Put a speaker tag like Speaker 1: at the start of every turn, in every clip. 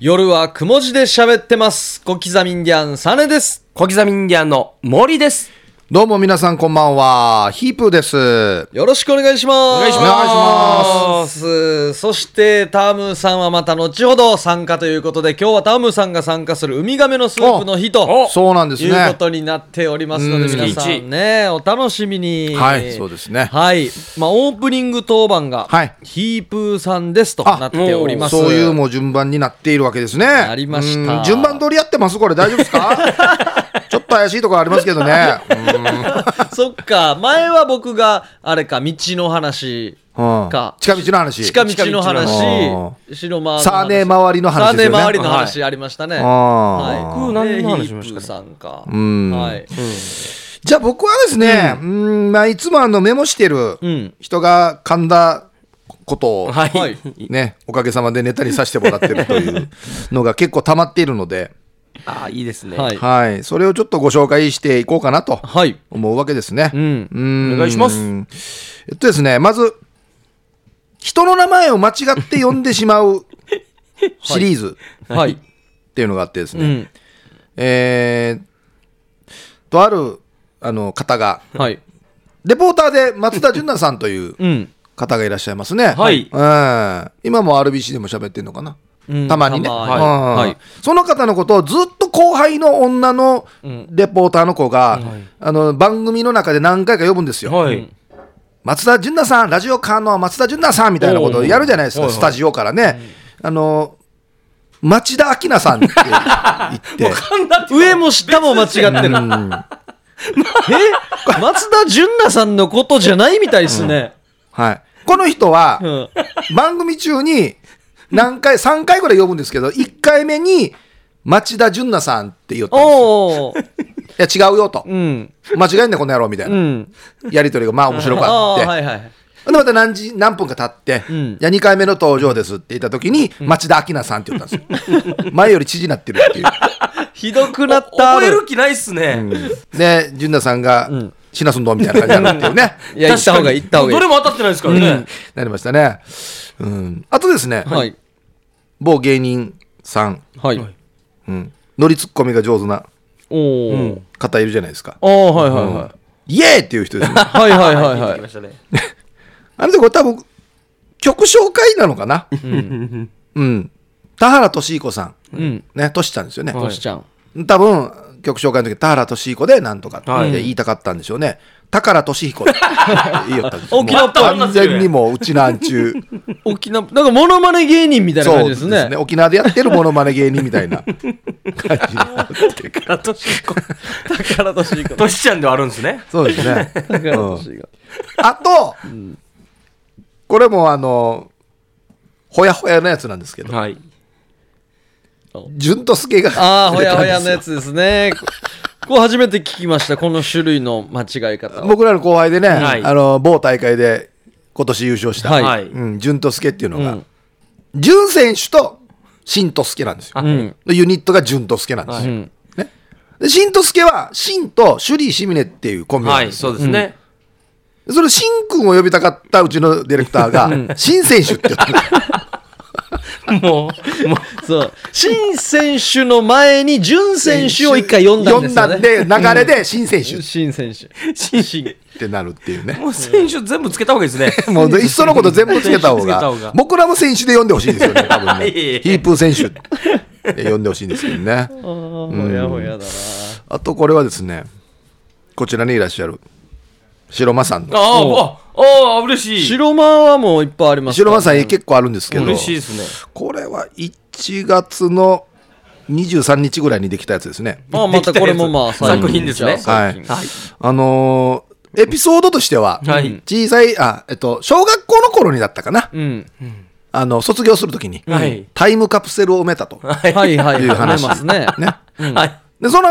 Speaker 1: 夜はくも字で喋ってます。小刻みインディアン、サネです。
Speaker 2: 小刻みインディアンの森です。
Speaker 3: どうも皆さんこんばんは。ヒープーです。
Speaker 1: よろしくお願いします。お願
Speaker 3: いしますお
Speaker 1: い
Speaker 3: 願
Speaker 1: します。そして、タームーさんはまた後ほど参加ということで、今日はタームーさんが参加するウミガメのスープの日と。
Speaker 3: そうなんです
Speaker 1: いう
Speaker 3: ね
Speaker 1: こ。とになっておりますので、
Speaker 3: うん
Speaker 1: 皆さんね、お楽しみに。
Speaker 3: はいそうですね
Speaker 1: はい。まあ、オープニング当番が、
Speaker 3: はい
Speaker 1: ヒープーさんですと
Speaker 3: あ
Speaker 1: なっております。
Speaker 3: そういうもう順番になっているわけですね。な
Speaker 1: りました
Speaker 3: 順番通りやってますこれ大丈夫ですか ちょっと怪しいところありますけどね。
Speaker 1: そっか、前は僕が、あれか、道の話
Speaker 3: うんうん
Speaker 1: か。
Speaker 3: 近道の話。
Speaker 1: 近道の話
Speaker 3: の、
Speaker 1: 白間の話
Speaker 3: サーネ周りの話ですよね
Speaker 1: サーネ周りの話ありましたね。
Speaker 3: あー
Speaker 1: はい。
Speaker 2: 僕何の話
Speaker 1: で
Speaker 2: しましたっけ
Speaker 1: ヒープーさんか。
Speaker 3: ん
Speaker 1: はい。
Speaker 3: じゃあ僕はですね、うんまあ、いつもあのメモしてる
Speaker 1: ん
Speaker 3: 人が噛んだことを、
Speaker 2: はい。
Speaker 1: はい
Speaker 3: ね、おかげさまでネタにさせてもらってるというのが結構溜まっているので。
Speaker 2: ああ、いいですね。
Speaker 1: はい。
Speaker 3: はい、それをちょっとご紹介していこうかなと
Speaker 1: はい。
Speaker 3: 思うわけですね。
Speaker 1: うん。
Speaker 3: うん
Speaker 2: お願いします
Speaker 3: えっとですね、まず、人の名前を間違って呼んでしまうシリーズ
Speaker 1: はい。
Speaker 3: っていうのがあってです
Speaker 1: う
Speaker 3: ね、
Speaker 1: ん。
Speaker 3: えーとあるあの方が、
Speaker 1: はい。
Speaker 3: レポーターで松田純奈さんという
Speaker 1: うん。
Speaker 3: 方がいらっしゃいますね。
Speaker 2: はい
Speaker 3: うん、今も RBC でも喋ってるのかな。
Speaker 1: うん
Speaker 3: たまにね、
Speaker 1: たま
Speaker 3: うん
Speaker 1: はいはい
Speaker 3: その方のことをずっと後輩の女のレポーターの子が、あの番組の中で何回か呼ぶんですよ、
Speaker 2: はい。
Speaker 3: 松田純奈さんラジオカーの松田純奈さんみたいなことをやるじゃないですか、
Speaker 2: おうおう
Speaker 3: スタジオからね、あの町田明菜さんって言って
Speaker 1: 上も下も間違ってる。え松田純奈さんのことじゃないみたいですね。
Speaker 3: はい、この人
Speaker 1: う
Speaker 3: は
Speaker 1: ん。
Speaker 3: 番組中に何回3回ぐらい呼ぶんですけど1回目に町田純奈さんって言ったんですよ
Speaker 1: おお。
Speaker 3: いや違うよと
Speaker 1: うん。。
Speaker 3: 間違えんねこの野郎みたいうなんやり取りがまあ面白くあ
Speaker 1: あ
Speaker 3: っ
Speaker 1: あ
Speaker 3: て
Speaker 1: ー、はいはい。
Speaker 3: でまた何時何分か経って、
Speaker 1: うん
Speaker 3: じゃあ2回目の登場ですって言った時に、町田明菜さんって言ったんですよ前より縮なってるっていう、
Speaker 1: ひどくなったあ
Speaker 2: 覚える気ないっすね。
Speaker 3: で純奈さんが「死なすんど」みたいな感じになるっていうね
Speaker 1: いや、行った方がいい、行った方がいい
Speaker 2: どれ。も当たってないですからね。
Speaker 3: なりましたね、うん、あとですね、
Speaker 1: はい。
Speaker 3: 某芸人さん、
Speaker 1: はい。
Speaker 3: うん、乗りツッコミが上手な
Speaker 1: おお。
Speaker 3: 方いるじゃないですか、
Speaker 1: ああ、はいはいはい。
Speaker 3: イエーっていう人ですよ
Speaker 1: はいはいはい
Speaker 2: 出
Speaker 1: は
Speaker 2: てきま
Speaker 1: い。
Speaker 2: したね。
Speaker 3: あの人これ多分曲紹介なのかなうん、田原俊彦さん
Speaker 1: うん。
Speaker 3: ね俊ちゃんですよね、
Speaker 1: としちゃん。
Speaker 3: 多分曲紹介の時田原俊彦でなんとかって
Speaker 2: はい
Speaker 3: 言いたかったんでしょうね、高原俊彦って言いよったんです
Speaker 1: 沖縄っぽい
Speaker 3: もう完全にもううちなんちゅう
Speaker 1: 沖縄、なんかモノマネ芸人みたいな感
Speaker 3: そ
Speaker 1: じで
Speaker 3: うですす
Speaker 1: ね。
Speaker 3: ね沖縄でやってるモノマネ芸人みたいな感じになってる
Speaker 2: あとしっこ。
Speaker 1: 宝としいこと。
Speaker 2: としちゃんではあるんですね。
Speaker 3: そうですね、
Speaker 1: 宝
Speaker 3: う
Speaker 1: と
Speaker 3: ん
Speaker 1: しいこ
Speaker 3: あと、これもあのほやほやのやつなんですけど
Speaker 2: はい。
Speaker 3: 潤と助が
Speaker 1: ああ、ほ
Speaker 3: 出
Speaker 1: や
Speaker 3: たん
Speaker 1: ほ
Speaker 3: ですよ
Speaker 1: やのやつですね。こう初めて聞きました。この種類の間違い方を。
Speaker 3: 僕らの後輩でね、
Speaker 2: はい
Speaker 3: あの某大会で今年優勝した、
Speaker 1: はい
Speaker 2: はい。
Speaker 3: うん、潤と助っていうの
Speaker 1: う
Speaker 3: が、
Speaker 1: ん。
Speaker 3: 潤選手と新と助なんですよ
Speaker 2: あ。
Speaker 1: うん。
Speaker 3: でユニットが潤と助なんです
Speaker 2: は
Speaker 3: よ、
Speaker 2: い
Speaker 1: うん。
Speaker 3: で新と助は新と首里清峰っていうコンビな
Speaker 2: は
Speaker 3: んで
Speaker 2: い、
Speaker 3: すよ、
Speaker 2: そうですね。
Speaker 3: それ新君を呼びたかったうちのディレクターが新選手って言ったの
Speaker 2: もう、もう、
Speaker 1: そう。新選手の前に、準選手を一回読んだんですよね。
Speaker 3: 呼んだんで流れで新選手っ
Speaker 1: 新選手。新選
Speaker 3: てなるっていうね
Speaker 2: もう選手全部つけた方がいいですね。
Speaker 3: もういっそのこと全部つけた方
Speaker 2: つけた方
Speaker 3: が
Speaker 2: が
Speaker 3: 僕らも選手で呼んでほしいですよね多分ね
Speaker 2: いえいえ
Speaker 3: ヒープー選手って呼んでほしいんですけどね
Speaker 1: ああ、ほやほやだな。
Speaker 3: あとこれはですねこちらにいらっしゃる白間さんの
Speaker 2: ああ、ああ、嬉しい。
Speaker 1: 白間はもういっぱいあります
Speaker 3: 白
Speaker 1: からね。
Speaker 3: 間さん結構あるんですけど
Speaker 2: 嬉しいですね。
Speaker 3: これは1月の23日ぐらいにできたやつですね。
Speaker 1: まあ、またこれもまあ、
Speaker 2: できたやつ作品ですね
Speaker 1: 最近
Speaker 3: は
Speaker 2: はい。
Speaker 3: あのーエピソードとしては、
Speaker 2: はい
Speaker 3: 小さい、あ、えっと、小学校の頃にだったかな。
Speaker 1: うん。
Speaker 3: あの、卒業するときに、
Speaker 2: はい
Speaker 3: タイムカプセルを埋めたと。
Speaker 2: はい。
Speaker 1: はいはい
Speaker 3: いう
Speaker 1: はい。
Speaker 3: 話
Speaker 1: 出ますね。
Speaker 3: ね。
Speaker 2: はい。
Speaker 3: で、その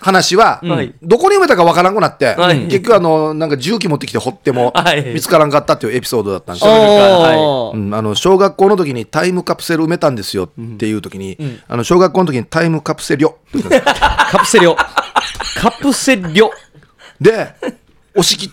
Speaker 3: 話は、
Speaker 2: はい
Speaker 3: どこに埋めたかわからんくなって、
Speaker 2: はい
Speaker 3: 結局あの、なんか重機持ってきて掘っても
Speaker 2: はい
Speaker 3: 見つからんかったっていうエピソードだったんですよ。
Speaker 1: おー
Speaker 3: うん、あの小学校の時にタイムカプセル埋めたんですよっていう時に、あの小学校の時にタイムカプセルよって言ったんです
Speaker 1: カプセリョ。カプセリョ。
Speaker 3: で押し切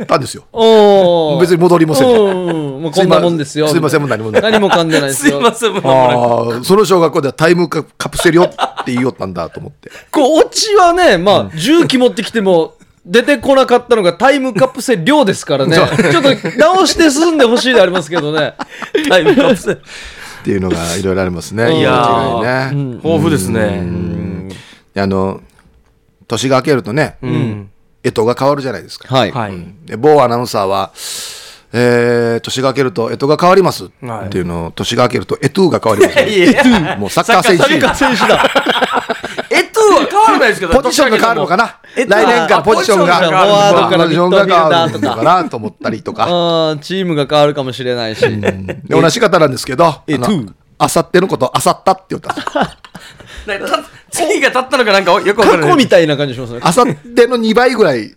Speaker 3: ったんですよ。
Speaker 1: おー
Speaker 3: 別に戻りませんね
Speaker 1: うんもうこんなもんですよ。
Speaker 3: すいませんもう何もない
Speaker 1: 何も噛んでないです
Speaker 2: すい
Speaker 1: よ。
Speaker 2: ません、もうなんか
Speaker 3: あ あ、その小学校ではタイムカカプセルよって言いよったんだと思って。
Speaker 1: こう、オチはね、まあ、重機持ってきても、出てこなかったのがタイムカプセル量ですからね。ちょっと直して進んでほしいでありますけどね。
Speaker 2: タイムカプセル。
Speaker 3: っていうのがいろいろありますね。
Speaker 2: いや
Speaker 3: 間
Speaker 2: ー、
Speaker 3: 違いね
Speaker 2: 豊富ですね。
Speaker 3: あの、年が明けるとね、
Speaker 2: うん。
Speaker 3: えとが変わるじゃないですか。
Speaker 1: はい。
Speaker 2: はい。
Speaker 3: で某アナウンサーは、えー年が明けるとえとが変わります
Speaker 2: はい
Speaker 3: っていうのを、年が明けるとえとが変わります、
Speaker 2: いやいや
Speaker 3: もうサッカー選
Speaker 2: サッカ
Speaker 3: 手
Speaker 2: ー えっと、変わらないですけど、
Speaker 3: ポジションが変わるのかな
Speaker 2: え
Speaker 3: 来
Speaker 2: っと
Speaker 3: 年からポジションが
Speaker 2: あポ
Speaker 3: 変
Speaker 2: ジションが
Speaker 3: わる
Speaker 2: フォワード
Speaker 1: から
Speaker 3: ポジション
Speaker 1: ミッド
Speaker 3: が変わる
Speaker 1: フィルダーと
Speaker 3: の
Speaker 1: か
Speaker 3: かなと思ったりとか
Speaker 1: あーチームが変わるかもしれないし。
Speaker 3: で同じ方なんですけどあ
Speaker 1: えと
Speaker 3: さってのことあさったって言った
Speaker 2: なんかた次が立ったのかなんかよくわ
Speaker 1: 過
Speaker 2: からない。
Speaker 1: 去みたいな感じしますね。
Speaker 3: あさっての2倍ぐらい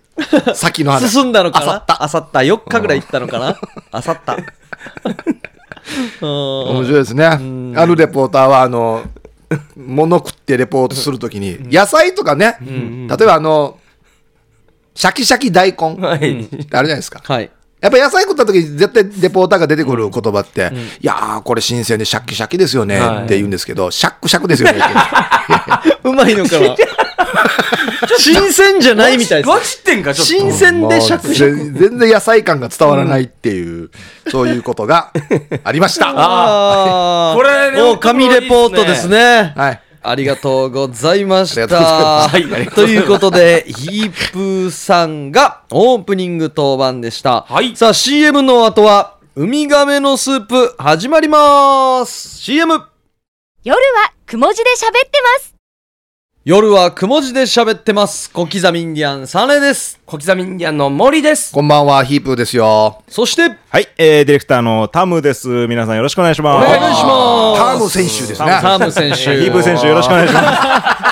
Speaker 3: 先の話
Speaker 1: 進んだのか
Speaker 3: あさ
Speaker 1: な
Speaker 3: った
Speaker 1: あさった。4日ぐらい行ったのかな あさった。うん
Speaker 3: 面白いですねあるレポーターはあの物食ってレポートするときに野菜とかね例えばあのシャキシャキ大根あ
Speaker 2: は
Speaker 3: る
Speaker 2: い。
Speaker 3: じゃないですか
Speaker 1: はい。
Speaker 3: やっぱ野菜食った時絶対レポーターが出てくる言葉って、いやー、これ新鮮でシャッキシャキですよね
Speaker 2: はい
Speaker 3: って言うんですけど、シャックシャクです よねって。
Speaker 1: うまいのかな新鮮じゃないみたいで
Speaker 2: マ
Speaker 1: す。
Speaker 2: ジってんか、ちょっ
Speaker 1: 新鮮でシャクシャク。
Speaker 3: もう全全然野菜感が伝わらないっていう、そういうことがありました。
Speaker 1: あー
Speaker 2: これね
Speaker 1: もう神レポートですね。
Speaker 3: はい。
Speaker 1: ありがとうございまし
Speaker 3: あり
Speaker 1: た。
Speaker 3: が
Speaker 2: とうございますはいありがと
Speaker 1: と
Speaker 2: うござい
Speaker 1: い
Speaker 2: ま
Speaker 1: う
Speaker 2: す
Speaker 1: ことで、ヒープーさんがオープニング当番でした。
Speaker 2: はい
Speaker 1: さあ、CM の後は、ウミガメのスープ始まります。CM!
Speaker 4: 夜はくも字で喋ってます。
Speaker 1: 夜はくも字で喋ってます。小刻みインディアン、サネです。
Speaker 2: 小刻みインディアンの森です。
Speaker 3: こんばんは、ヒープーですよ。
Speaker 1: そして、
Speaker 5: はい、えー、ディレクターのタムです。皆さんよろしくお願いします。
Speaker 1: お願いします
Speaker 3: ターム選手ですね。
Speaker 1: ターム選
Speaker 5: え
Speaker 1: 手。
Speaker 5: ーヒープー選手よろしくお願いします。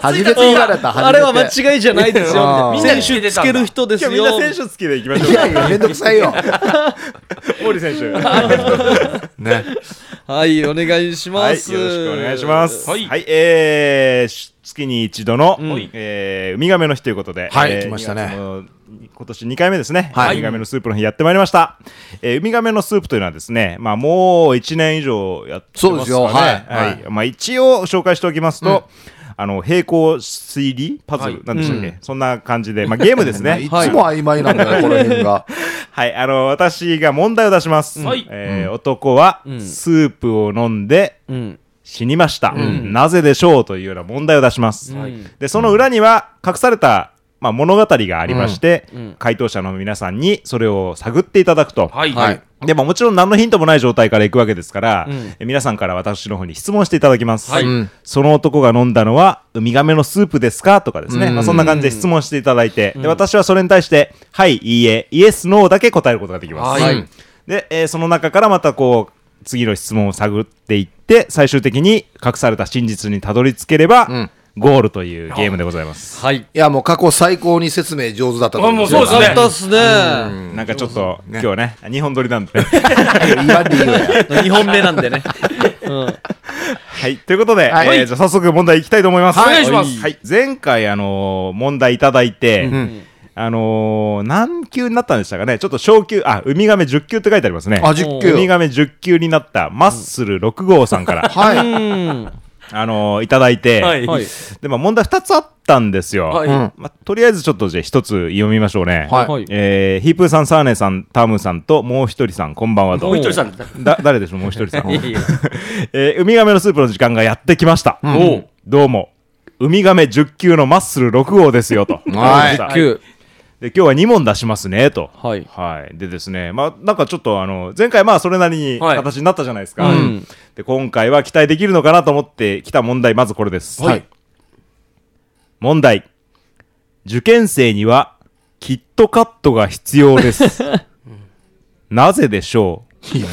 Speaker 3: 初めて言われた、初めて。
Speaker 1: あれは間違いじゃないですよ。
Speaker 3: あー
Speaker 1: みんなで選手つける人です
Speaker 5: 今
Speaker 1: よ。
Speaker 5: 日みんな選手付きでいきましょ
Speaker 3: いやいや、めんどくさいよ。
Speaker 5: う。森選手。 は
Speaker 3: ね。
Speaker 1: はい、お願いしま
Speaker 5: い、
Speaker 1: す。
Speaker 5: よろしくお願いします。
Speaker 2: はい
Speaker 5: えー、し月に一度の、
Speaker 2: ん
Speaker 5: えー、ウミガメの日ということで、
Speaker 3: はい
Speaker 5: えー
Speaker 3: 来ましたね
Speaker 5: 2月の今年2回目ですね、
Speaker 3: はい
Speaker 5: ウミガメのスープの日やってまいりました、えー、ウミガメのスープというのはですね、まあ、もう1年以上やってますか
Speaker 3: そう
Speaker 5: ね
Speaker 3: ですよはい
Speaker 5: はい
Speaker 3: は
Speaker 5: まあ、一応紹介しておきますと、あの平行推理パズル、
Speaker 2: はい
Speaker 5: なんでしたっけ、そんな感じで、まあ、ゲーム ですね
Speaker 3: いつも曖昧なんだよ、この辺が。
Speaker 5: はい、あの私が問題を出します。
Speaker 2: はい
Speaker 5: えー男はスープを飲んで
Speaker 1: うん。
Speaker 5: 死にました、なぜでしょうというような問題を出します。
Speaker 1: はい
Speaker 5: でその裏には隠されたまあ物語がありまして、回答者の皆さんにそれを探っていただくと。
Speaker 2: はい。
Speaker 3: はい。
Speaker 5: でももちろん何のヒントもない状態からいくわけですから、
Speaker 1: ん
Speaker 5: え皆さんから私の方に質問していただきます、
Speaker 2: はい
Speaker 3: うん
Speaker 5: その男が飲んだのはウミガメのスープですかとかですね、まあ、そんな感じで質問していただいて、で私はそれに対して「はいいいえイエスノー」だけ答えることができます、
Speaker 2: はい
Speaker 5: で、えーその中からまたこう次の質問を探っていって最終的に隠された真実にたどり着ければ、
Speaker 3: ん
Speaker 5: ゴールというゲームでございます
Speaker 1: はい。
Speaker 3: いや、もう過去最高に説明上手だったと思いますよ
Speaker 2: あもうそうです
Speaker 1: あったっすね。
Speaker 5: なんかちょっと、今日はね日本撮りなんで
Speaker 3: 言わんでいいよや
Speaker 1: 2本目なんでね。うん。
Speaker 5: はい。ということで、
Speaker 3: はい
Speaker 5: えーじゃあ早速問題いきたいと思います。
Speaker 2: はいお願いします
Speaker 5: はい。前回、あのー問題いただいて、
Speaker 3: ん
Speaker 5: あのー何級になったんでしたかねちょっと小級、あ、ウミガメ10級って書いてありますね。
Speaker 3: あ、10
Speaker 5: ウミ
Speaker 3: 球。
Speaker 5: ガメ10級になったマッスル6号さんから、
Speaker 3: はい。
Speaker 1: うん。
Speaker 5: あのーいただいて、
Speaker 2: はい
Speaker 1: はい。
Speaker 5: で、まあ問題2つあったんですよ。
Speaker 2: はい。
Speaker 3: うん
Speaker 5: まあ、とりあえずちょっとじゃあ1つ読みましょうね。
Speaker 3: はい
Speaker 1: はい
Speaker 5: えーヒープーさん、サーネさん、タムさんと、もう一人さん、こんばんはと。
Speaker 2: もう一人さんだ。
Speaker 5: だ誰でしょう、もう一人さ ん
Speaker 2: い。やいや
Speaker 5: えーウミガメのスープの時間がやってきました。
Speaker 2: おう
Speaker 5: どうも。ウミガメ10級のマッスル6号ですよと。
Speaker 3: はい
Speaker 5: はい
Speaker 1: 9。
Speaker 5: で、今日は2問出しますねと。
Speaker 1: はい
Speaker 5: でですね、まあ、なんかちょっとあの、前回まあそれなりに
Speaker 2: はい
Speaker 5: 形になったじゃないですか。
Speaker 1: うん
Speaker 5: で、今回は期待できるのかなと思ってきた問題、まずこれです。
Speaker 3: はい。
Speaker 5: 問題。受験生には、キットカットが必要です。なぜでしょう
Speaker 3: いやい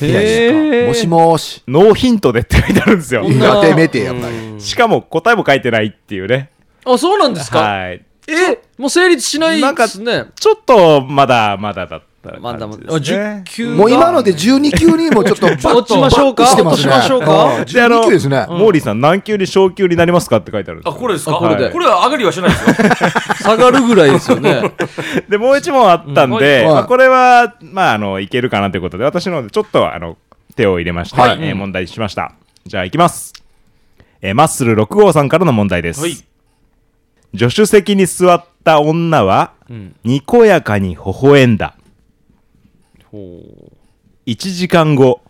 Speaker 1: へ
Speaker 3: や。いやいや。もしもーし。
Speaker 5: ノーヒントでって書いてあるんですよ。
Speaker 1: んな
Speaker 3: 当てめて、やっぱり。
Speaker 5: しかも答えも書いてないっていうね。
Speaker 1: あ、そうなんですか
Speaker 5: はい。
Speaker 1: えもう成立しない
Speaker 5: なん
Speaker 1: で
Speaker 5: か
Speaker 1: すね。
Speaker 5: ちょっとまだまだだったた
Speaker 1: まだ
Speaker 5: 感
Speaker 1: ま
Speaker 5: じ
Speaker 1: だ。
Speaker 5: で
Speaker 1: 10
Speaker 5: すね。
Speaker 1: 球が。
Speaker 3: もう今ので12球に もちょっと
Speaker 1: 落ちましょうか
Speaker 3: バッとして
Speaker 1: 落としましょうか
Speaker 3: うん12球ですね。
Speaker 5: モーリーさん、何級に昇級になりますかって書いてあるんで
Speaker 2: あ、
Speaker 5: すよ
Speaker 2: これですか
Speaker 1: あこれで
Speaker 2: これは上がりはしないですよ。
Speaker 1: 下がるぐらいですよ ね。
Speaker 5: で、もう一問あったんで、
Speaker 3: うん
Speaker 5: まあ、これは、まあ、あの、いけるかなということで、私の方でちょっと、あの、手を入れまして、
Speaker 3: はい
Speaker 5: えー問題しました。じゃあ、いきます。えーマッスル6号さんからの問題です。
Speaker 2: はい
Speaker 5: 助手席に座った女は、にこやかに微笑んだ。1時間後、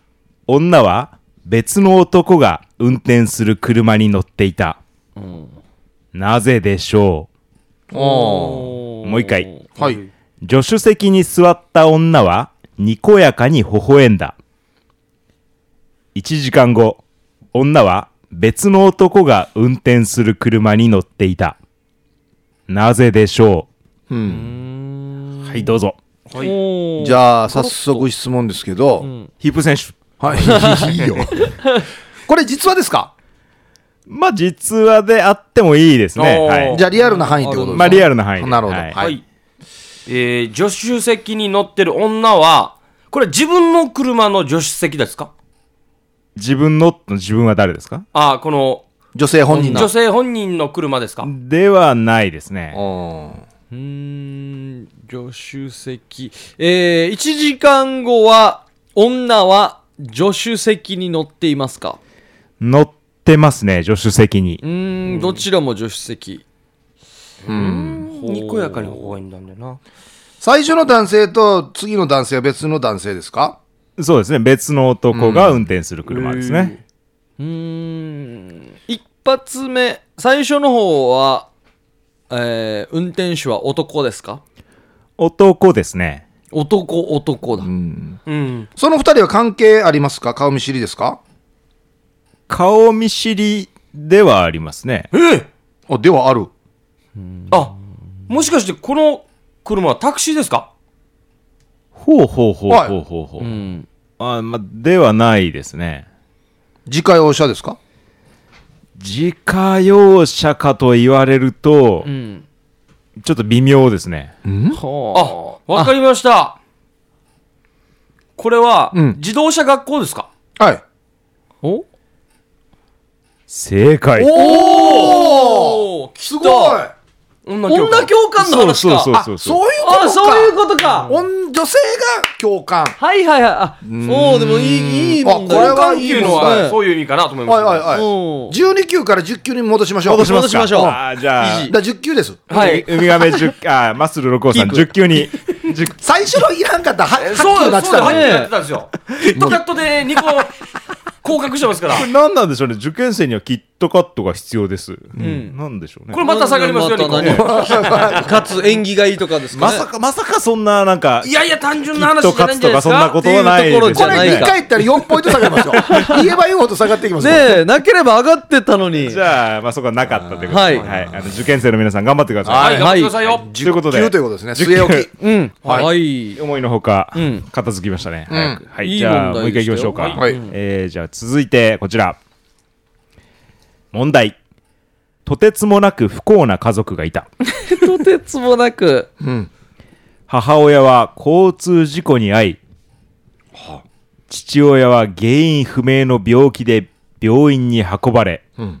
Speaker 5: 女は別の男が運転する車に乗っていた。なぜでしょうもう一回。
Speaker 3: はい。
Speaker 5: 助手席に座った女はにこやかに微笑んだ1時間後女は別の男が運転する車に乗っていたなぜでしょう、はいどうぞ
Speaker 1: おー
Speaker 3: じゃあ、早速質問ですけど、
Speaker 5: ヒープ選手
Speaker 3: はい、いいよ。 これ実話ですか
Speaker 5: まあ実話であってもいいですね
Speaker 2: おー
Speaker 5: はい
Speaker 3: じゃあリアルな範囲ってことですか
Speaker 5: まあリアルな範囲で
Speaker 3: なるほど。
Speaker 5: はい
Speaker 2: はい。えー、助手席に乗ってる女は、これ自分の車の助手席ですか
Speaker 5: 自分の自分は誰ですか
Speaker 2: あー、この、
Speaker 3: 女性本人の。
Speaker 2: 女性本人の車ですか
Speaker 5: ではないですね
Speaker 3: うん
Speaker 1: うーん、助手席。えー、1時間後は、女は助手席に乗っていますか
Speaker 5: 乗ってますね助手席に
Speaker 1: うーん、どちらも助手席。
Speaker 2: にこやかに微笑んだんだよな。
Speaker 3: 最初の男性と次の男性は別の男性ですか
Speaker 5: そうですね別の男が運転する車ですね、
Speaker 1: うーん、一発目、最初の方は、えー、運転手は男ですか
Speaker 5: 男ですね。
Speaker 1: 男、男だ。
Speaker 2: うん。
Speaker 3: その二人は関係ありますか顔見知りですか
Speaker 5: 顔見知りではありますね。
Speaker 3: あ、ではある。
Speaker 2: あ、もしかしてこの車はタクシーですか
Speaker 5: ほうほうほうほうほうほう。
Speaker 1: うん。
Speaker 5: あまあ、ではないですね。
Speaker 3: 自家用車ですか
Speaker 5: 自家用車かと言われると、
Speaker 1: うん。
Speaker 5: ちょっと微妙ですね。
Speaker 1: は
Speaker 2: あ、わかりました。これは、
Speaker 3: うん
Speaker 2: 自動車学校ですか
Speaker 3: はい。
Speaker 1: あ。お
Speaker 5: 正解。
Speaker 3: おお
Speaker 1: おー、
Speaker 3: す
Speaker 1: 来
Speaker 3: ごい
Speaker 1: た
Speaker 2: 女教官
Speaker 1: 女教官の話
Speaker 5: そ
Speaker 1: か
Speaker 5: うそうそう
Speaker 3: あ、
Speaker 5: そう
Speaker 3: そういうこと
Speaker 1: あ、
Speaker 3: か
Speaker 1: そういうことか、
Speaker 3: 女女性が共感。
Speaker 1: はいはいはい。あ、そう、でもいい、いい問題。
Speaker 3: あこれは
Speaker 2: っていうのは、
Speaker 1: う
Speaker 2: そういう意味かなと思います
Speaker 3: は
Speaker 2: ね、
Speaker 3: いはいはい。
Speaker 1: ん。
Speaker 3: 12球から10球に戻しましょう。
Speaker 1: 戻します
Speaker 5: か
Speaker 1: 戻しましょう
Speaker 5: あじゃあ
Speaker 1: いい、
Speaker 3: だから10球です。
Speaker 2: はい
Speaker 5: ウミガメ10、あマッスル6号さん
Speaker 1: ピー
Speaker 5: 10級に。10
Speaker 3: 最初のいらんかったら、は
Speaker 2: え
Speaker 3: 8
Speaker 2: そう
Speaker 3: 球
Speaker 2: そ
Speaker 3: な
Speaker 2: うで
Speaker 3: って
Speaker 2: す
Speaker 3: たの
Speaker 1: ね
Speaker 3: に。
Speaker 2: たんですよ。ヒットキャットで2個降格してますから。こ
Speaker 5: 何なんでしょうね。受験生にはキットカットが必要です。うん。なんでしょうね。
Speaker 2: れまた下がりますよ、
Speaker 1: ま
Speaker 2: 2
Speaker 1: た
Speaker 2: 個。
Speaker 1: 何かつ縁起がいいとかですか、
Speaker 5: ま
Speaker 1: ね、
Speaker 5: さか、まさかそんな、なんか、
Speaker 2: いやいや、単
Speaker 5: キ
Speaker 2: 純な
Speaker 5: ッ
Speaker 2: 話じ
Speaker 5: ト
Speaker 2: ゃ
Speaker 5: カ
Speaker 2: ない
Speaker 5: ツ
Speaker 2: んじゃないで
Speaker 5: とか
Speaker 2: す
Speaker 5: そんな
Speaker 2: か。
Speaker 5: ことはな
Speaker 1: って
Speaker 5: いです
Speaker 1: いうところじ
Speaker 3: こ
Speaker 1: ゃ
Speaker 3: れ
Speaker 1: ない
Speaker 3: 1回いったら4ポイント下が りますよ。言えば言うほど下がっていきますよ。
Speaker 1: ねえ、なければ上がってたのに。
Speaker 5: じゃあ、まあ、そこはなかったということで、
Speaker 1: は
Speaker 5: はいいあの受験生の皆さん頑張ってくださ。
Speaker 2: はいい、頑張ってくださいよ。
Speaker 5: ということで、
Speaker 3: 9ということですね。据え置き。
Speaker 1: うん。
Speaker 3: はい
Speaker 1: はい。
Speaker 5: 思いのほか、
Speaker 1: ん
Speaker 5: 片付きましたね。早くはい
Speaker 1: いい
Speaker 5: じゃあ、も
Speaker 1: 問
Speaker 5: う
Speaker 1: 題
Speaker 5: 一回
Speaker 1: でし
Speaker 5: 行
Speaker 1: た
Speaker 5: き
Speaker 1: よ
Speaker 5: ましょうか。
Speaker 3: はい
Speaker 5: えーじゃあ、続いて、こちら。問題。とてつもなく不幸な家族がいた。
Speaker 1: とてつもなく。
Speaker 5: 母親は交通事故に遭い、父親は原因不明の病気で病院に運ばれ、
Speaker 3: ん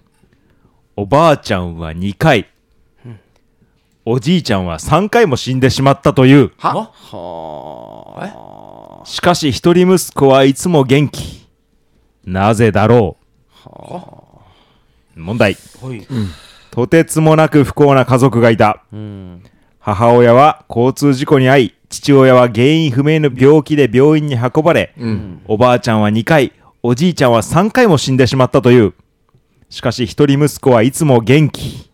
Speaker 5: おばあちゃんは2回、おじいちゃんは3回も死んでしまったという。
Speaker 3: は
Speaker 5: しかし一人息子はいつも元気。なぜだろう問題。
Speaker 2: はい
Speaker 5: とてつもなく不幸な家族がいた。母親は交通事故に遭い、父親は原因不明の病気で病院に運ばれ、おばあちゃんは2回、おじいちゃんは3回も死んでしまったという。しかし一人息子はいつも元気。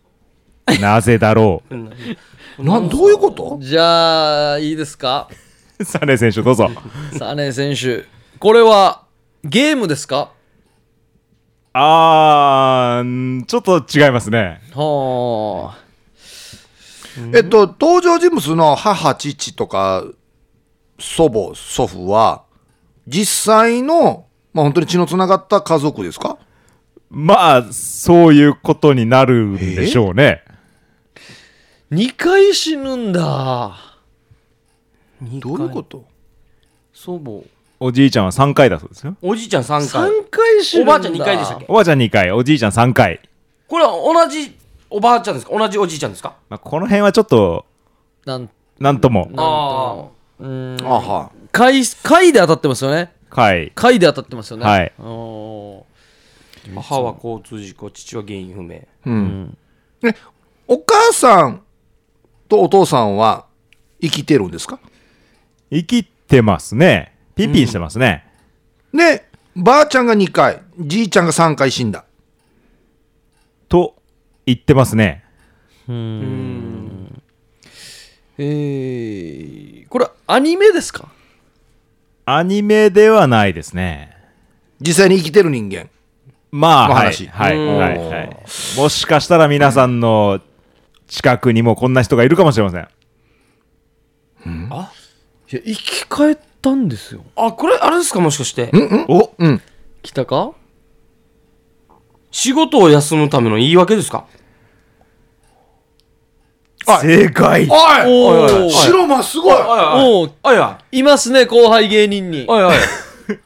Speaker 5: なぜだろ
Speaker 3: なんどういうこと
Speaker 1: じゃあ、いいですか
Speaker 5: うサネ選手どうぞ。
Speaker 1: サネ選手。これは、ゲームですか
Speaker 5: あーん、ちょっと違いますね。
Speaker 1: はあ。
Speaker 3: えっと、登場人物の母、父とか、祖母、祖父は、実際の、まあ本当に血のつながった家族ですか
Speaker 5: まあ、そういうことになるんでしょうね。
Speaker 1: 2回死ぬんだ。
Speaker 3: どういうこと
Speaker 2: 祖母
Speaker 5: おじいちゃんは3回だそうですよ。
Speaker 2: おじいちゃん3
Speaker 1: 3
Speaker 2: 回
Speaker 1: 回死ぬ
Speaker 2: おばあちゃん2回でしたっけ
Speaker 5: おばあちゃん2回、おじいちゃん3回。
Speaker 2: これは同じおばあちゃんですか同じおじいちゃんですか
Speaker 5: まあ、この辺はちょっと、
Speaker 1: なん
Speaker 5: なんとも、
Speaker 2: あ
Speaker 3: あは
Speaker 1: 回回で当たってますよね
Speaker 5: 回。
Speaker 1: 回で当たってますよね
Speaker 5: はい
Speaker 1: お
Speaker 2: あ母は交通事故父は原因不明
Speaker 3: お母さんとお父さんは生きてるんですか
Speaker 5: 生きてますね。ピンピンしてますね。
Speaker 3: でばあちゃんが2回じいちゃんが3回死んだ
Speaker 5: と、言ってますね。
Speaker 1: ーえー、これアニメですか
Speaker 5: アニメではないですね。
Speaker 3: 実際に生きてる人間
Speaker 5: まあ、
Speaker 3: の
Speaker 5: はい、
Speaker 3: 話
Speaker 5: はい、
Speaker 2: うん
Speaker 5: はい、はい。もしかしたら皆さんの近くにもこんな人がいるかもしれません。
Speaker 1: いや生き返ったんですよ
Speaker 2: あこれあれですかもしかして
Speaker 5: お
Speaker 3: うん
Speaker 1: 来たか
Speaker 2: 仕事を休むための言い訳ですか
Speaker 5: 正解
Speaker 3: おい
Speaker 1: おお
Speaker 3: 白間すごい
Speaker 1: おお
Speaker 2: あいや
Speaker 1: いますね後輩芸人に
Speaker 2: あいやい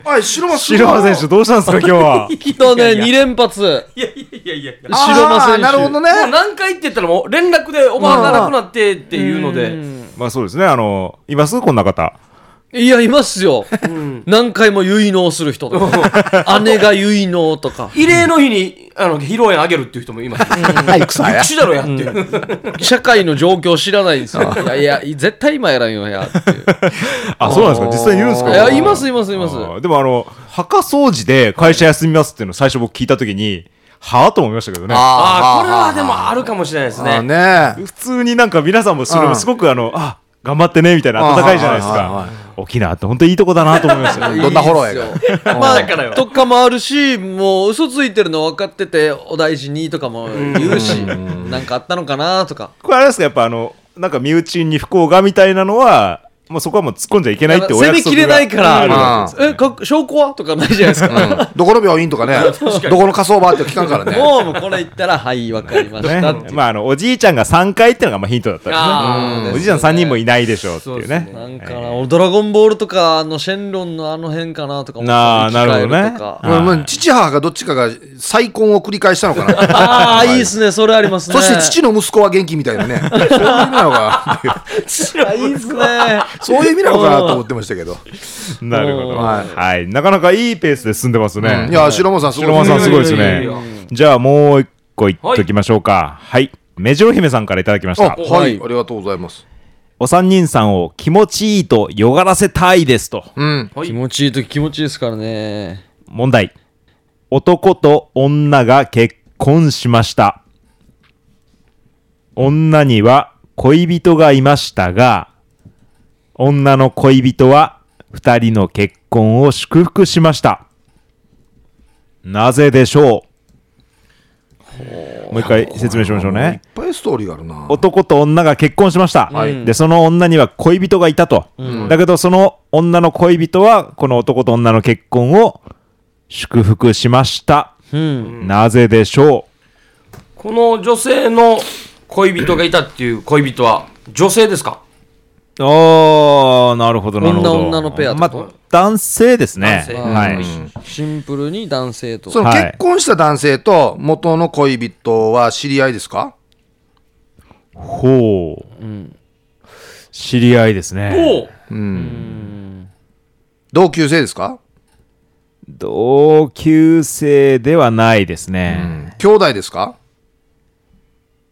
Speaker 3: おい白間すごい
Speaker 5: 白間選手どうしたんですか今日は
Speaker 1: 来た
Speaker 2: いや
Speaker 1: ね
Speaker 2: いや
Speaker 1: 2連発
Speaker 2: やいやいやいやいや
Speaker 1: 白間選
Speaker 3: あ
Speaker 1: 手
Speaker 3: ーなるほどね
Speaker 2: もう何回って言ったらもう連絡でおばあがなくなってっていうので
Speaker 5: まあそうですねあのいますこんな方
Speaker 1: いやいますよ何回も結納する人と か姉が結納とか
Speaker 2: 慰霊の日にあの披露宴あげるっていう人もいます
Speaker 3: はい草や
Speaker 2: 口だろやっていう
Speaker 1: 社会の状況知らないんですよいやいや絶対今やらんよやっていう
Speaker 5: あそうなんですか実際にいるんです
Speaker 1: い
Speaker 5: か
Speaker 1: やいますいますいます
Speaker 5: あーでもあの墓掃除で会社休みますっていうの最初僕聞いた時にはあと思いましたけどね
Speaker 2: ああこれはでもあるかもしれないです
Speaker 3: あー
Speaker 2: ね
Speaker 3: ね
Speaker 5: 普通になんか皆さんもそれ
Speaker 3: う
Speaker 5: も
Speaker 3: ん
Speaker 5: すごくあのあ頑張ってねみたいな温かいじゃないです
Speaker 3: あーはいはい
Speaker 5: か沖縄って本当にいいとこだなと思いましたよ
Speaker 3: どんなフォローや
Speaker 1: いいですよま
Speaker 2: だから
Speaker 1: あ
Speaker 2: よ
Speaker 1: とかもあるしもう嘘ついてるの分かっててお大事にとかも言うしなんかあったのかなとか
Speaker 5: これあれですかやっぱあのなんか身内に不幸がみたいなのはもうそこはもう突っ込んじゃいけないってお
Speaker 1: 攻
Speaker 5: 約
Speaker 1: め
Speaker 5: 束
Speaker 1: きれないか
Speaker 5: がある
Speaker 1: ら
Speaker 5: わけですよ
Speaker 1: えか証拠はとかないじゃないですか
Speaker 3: うんどこの病院とかねどこの火葬場って聞かんからね
Speaker 1: も うもうこれ言ったらはい分かりましたって
Speaker 5: ね、まああのおじいちゃんが3回っていうのがまあヒントだったんですね
Speaker 1: あー
Speaker 5: おじいちゃん3人もいないでしょうってい
Speaker 2: そ
Speaker 5: うね
Speaker 2: うです
Speaker 1: なんかな、俺ドラゴンボールとか、あの、シェンロンのあの辺かなとか思って
Speaker 5: なあなるほどね
Speaker 1: 生き返るとか
Speaker 5: はい
Speaker 3: もうもう父母がどっちかが再婚を繰り返したのかな
Speaker 1: ああ、いいですね、それありますね。
Speaker 3: そして父の息子は元気みたいなねそういう意味なのかな
Speaker 1: あいいですね。
Speaker 3: そういう意味なのかなと思ってましたけど、
Speaker 5: なるほど、は
Speaker 3: はいい
Speaker 5: なかなかいいペースで進んでますね、
Speaker 3: いや白間さんすごい
Speaker 5: 白間さんすごいです
Speaker 2: いやいや
Speaker 5: ね
Speaker 2: いや
Speaker 5: じゃあもう一個いっときましょうかはい、目白姫さんからいただきまし
Speaker 3: あ
Speaker 5: た
Speaker 3: はい、
Speaker 1: はい
Speaker 3: ありがとうございます
Speaker 5: お三人さんを気持ちいいとよがらせたいですと
Speaker 3: うん
Speaker 1: 気持ちいいとき気持ちいいですからね。
Speaker 5: 問題男と女が結婚しました女には恋人がいましたが女の恋人は二人の結婚を祝福しましたなぜでしょうもう一回説明しましょう
Speaker 3: いっ
Speaker 5: ね
Speaker 3: ぱいストーリーがあるな
Speaker 5: 男と女が結婚しました、でその女には恋人がいたと、だけどその女の恋人はこの男と女の結婚を祝福しました、なぜでしょ
Speaker 2: この女性の恋人がいたっていう恋人は女性ですか
Speaker 5: うああなるほどなるほど
Speaker 1: 女女のペアって
Speaker 5: ま
Speaker 1: こと
Speaker 5: あ男性ですね
Speaker 2: 男性
Speaker 5: はい、
Speaker 1: シンプルに男性と。
Speaker 3: その
Speaker 5: はい
Speaker 3: 結婚した男性と元の恋人は知り合いですか、
Speaker 5: ほう、知り合いですね
Speaker 2: おう
Speaker 3: 同級生ですか、
Speaker 5: 同級生ではないですね、
Speaker 3: 兄弟ですか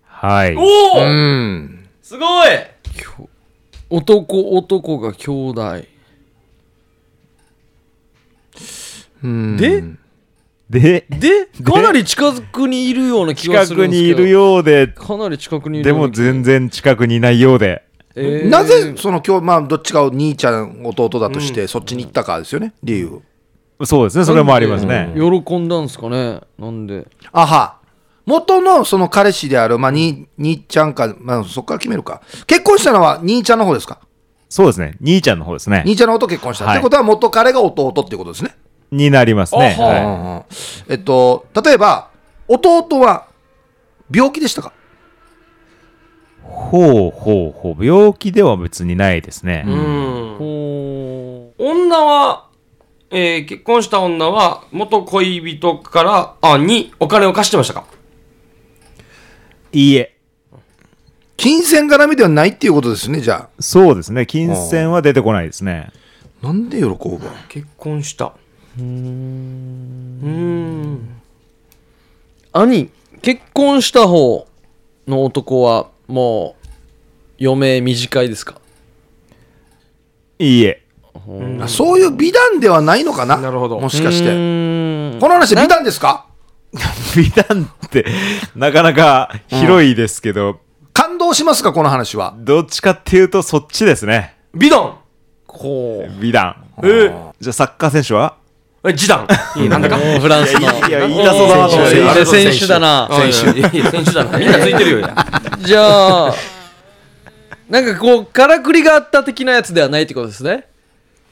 Speaker 5: はい
Speaker 2: お
Speaker 3: う
Speaker 2: お
Speaker 3: ん
Speaker 2: すごい
Speaker 1: 男、男が兄弟。で、
Speaker 5: で
Speaker 1: で、かなり近くにいるような気が
Speaker 5: 近
Speaker 1: する
Speaker 5: く
Speaker 1: んです
Speaker 5: に
Speaker 1: け
Speaker 5: い
Speaker 1: ど。
Speaker 5: る。ようで
Speaker 1: かなり近くにいる
Speaker 5: で
Speaker 1: よう
Speaker 5: も
Speaker 1: な気
Speaker 5: 全然近くにいないようで
Speaker 1: えー
Speaker 3: なぜその今日まあどっちかを兄ちゃん弟だとしてそっちに行ったかですよね理由
Speaker 5: そうですねそれもありますね、
Speaker 1: 喜んだんですかね。なんで。
Speaker 3: あは元のその彼氏である、まあ、に兄ちゃんか、まあ、そこから決めるか結婚したのは兄ちゃんの方ですか
Speaker 5: そうですね兄ちゃんの方ですね
Speaker 3: 兄ちゃんの方と結婚した、
Speaker 5: はい
Speaker 3: ってことは元彼が弟っていうことですね、
Speaker 5: になりますね
Speaker 2: あは
Speaker 5: はい
Speaker 3: うんうんえっと例えば弟は病気でしたか
Speaker 5: ほうほうほう病気では別にないですね、
Speaker 2: うん
Speaker 1: ほ
Speaker 2: 女は、えー結婚した女は、元恋人から、あ、にお金を貸してましたか
Speaker 5: いいえ。
Speaker 3: 金銭絡みではないっていうことですね、じゃ
Speaker 5: そうですね。金銭は出てこないですね。
Speaker 3: あ。なんで喜ぶわ
Speaker 2: 結婚した。うーん。
Speaker 1: 兄結婚した方の男はもう余命短いですか
Speaker 5: いいえ。
Speaker 3: あそういう美談ではないのかな
Speaker 2: なるほど
Speaker 3: もしかし
Speaker 1: う
Speaker 3: て。
Speaker 1: ーん
Speaker 3: この話美談ですか
Speaker 5: 美談って、なかなか広いですけど、
Speaker 3: 感動しますかこの話は。
Speaker 5: どっちかっていうとそっちですね。
Speaker 2: 美談
Speaker 1: こう
Speaker 5: 美談。
Speaker 2: えー、
Speaker 5: じゃあサッカー選手は
Speaker 2: え、時短。いいなんだか。
Speaker 1: おーフランスの
Speaker 5: いや、言い出そうだなと思
Speaker 1: 選
Speaker 5: って
Speaker 1: 手
Speaker 5: 今
Speaker 1: あれ選手だな
Speaker 2: 選手。いやいや選手だな。みんなついてるよ。
Speaker 1: じゃあなんかこうからくりがあった的なやつではないってことですね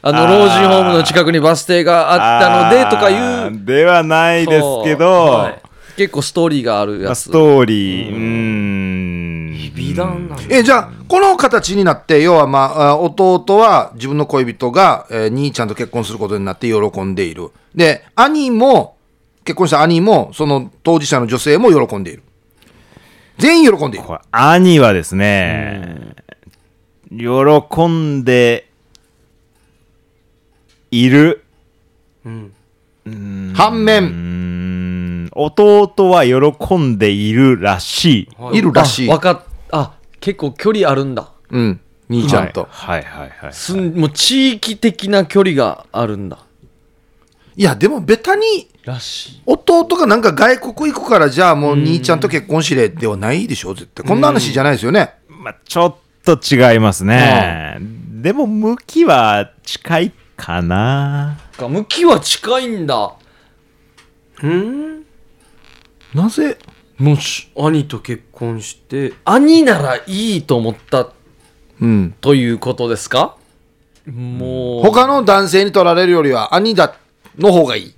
Speaker 1: あの
Speaker 5: あー
Speaker 1: 老人ホームの近くにバス停があったのでとか
Speaker 5: あ
Speaker 1: いう
Speaker 5: ーではないですけど、
Speaker 1: そうはい結構ストーリーがある
Speaker 5: まあ
Speaker 1: やつ
Speaker 5: ストーリー、うーん。
Speaker 2: 美談なんだ。
Speaker 3: えじゃあこの形になって要はまああ弟は自分の恋人が、えー兄ちゃんと結婚することになって喜んでいるで兄も結婚した兄もその当事者の女性も喜んでいる全員喜んでいる
Speaker 5: これ兄はですね、喜んでいる。
Speaker 3: 反面
Speaker 5: うん弟は喜んでいるらしい。
Speaker 2: はい
Speaker 3: るらしい
Speaker 1: あわかっあ結構距離あるんだ
Speaker 3: うん兄ちゃんと、
Speaker 5: はいはいはいはい。
Speaker 1: すんもう地域的な距離があるんだ
Speaker 3: い、やでもベタに
Speaker 1: らしい
Speaker 3: 弟がなんか外国行くからじゃあもう兄ちゃんと結婚しれではないでしょ絶対こんな話じゃないですよね
Speaker 5: まあ、ちょっと違いますね。でも、向きは近いかな。
Speaker 1: か向きは近いんだ
Speaker 2: うん
Speaker 3: なぜ
Speaker 1: もし
Speaker 2: 兄と結婚して、
Speaker 1: 兄ならいいと思った
Speaker 3: うん
Speaker 1: ということですかもう
Speaker 3: 他の男性に取られるよりは兄だの方がいいっ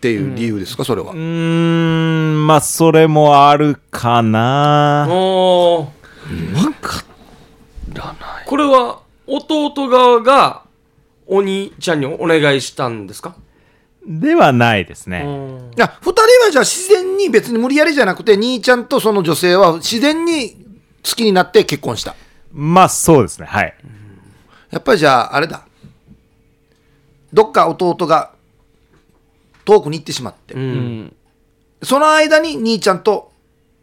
Speaker 3: ていう理由ですかそれは、
Speaker 5: うーん、まあ、それもあるかな。
Speaker 2: おー
Speaker 1: らない
Speaker 2: これは弟側がお兄ちゃんにお願いしたんですか
Speaker 5: ではないですね。
Speaker 2: う
Speaker 3: いや2人はじゃあ自然に別に無理やりじゃなくて兄ちゃんとその女性は自然に好きになって結婚した
Speaker 5: まあ、そうですね。はい。
Speaker 3: やっぱりじゃああれだどっか弟が遠くに行ってしまって、
Speaker 2: ん。
Speaker 3: その間に兄ちゃんと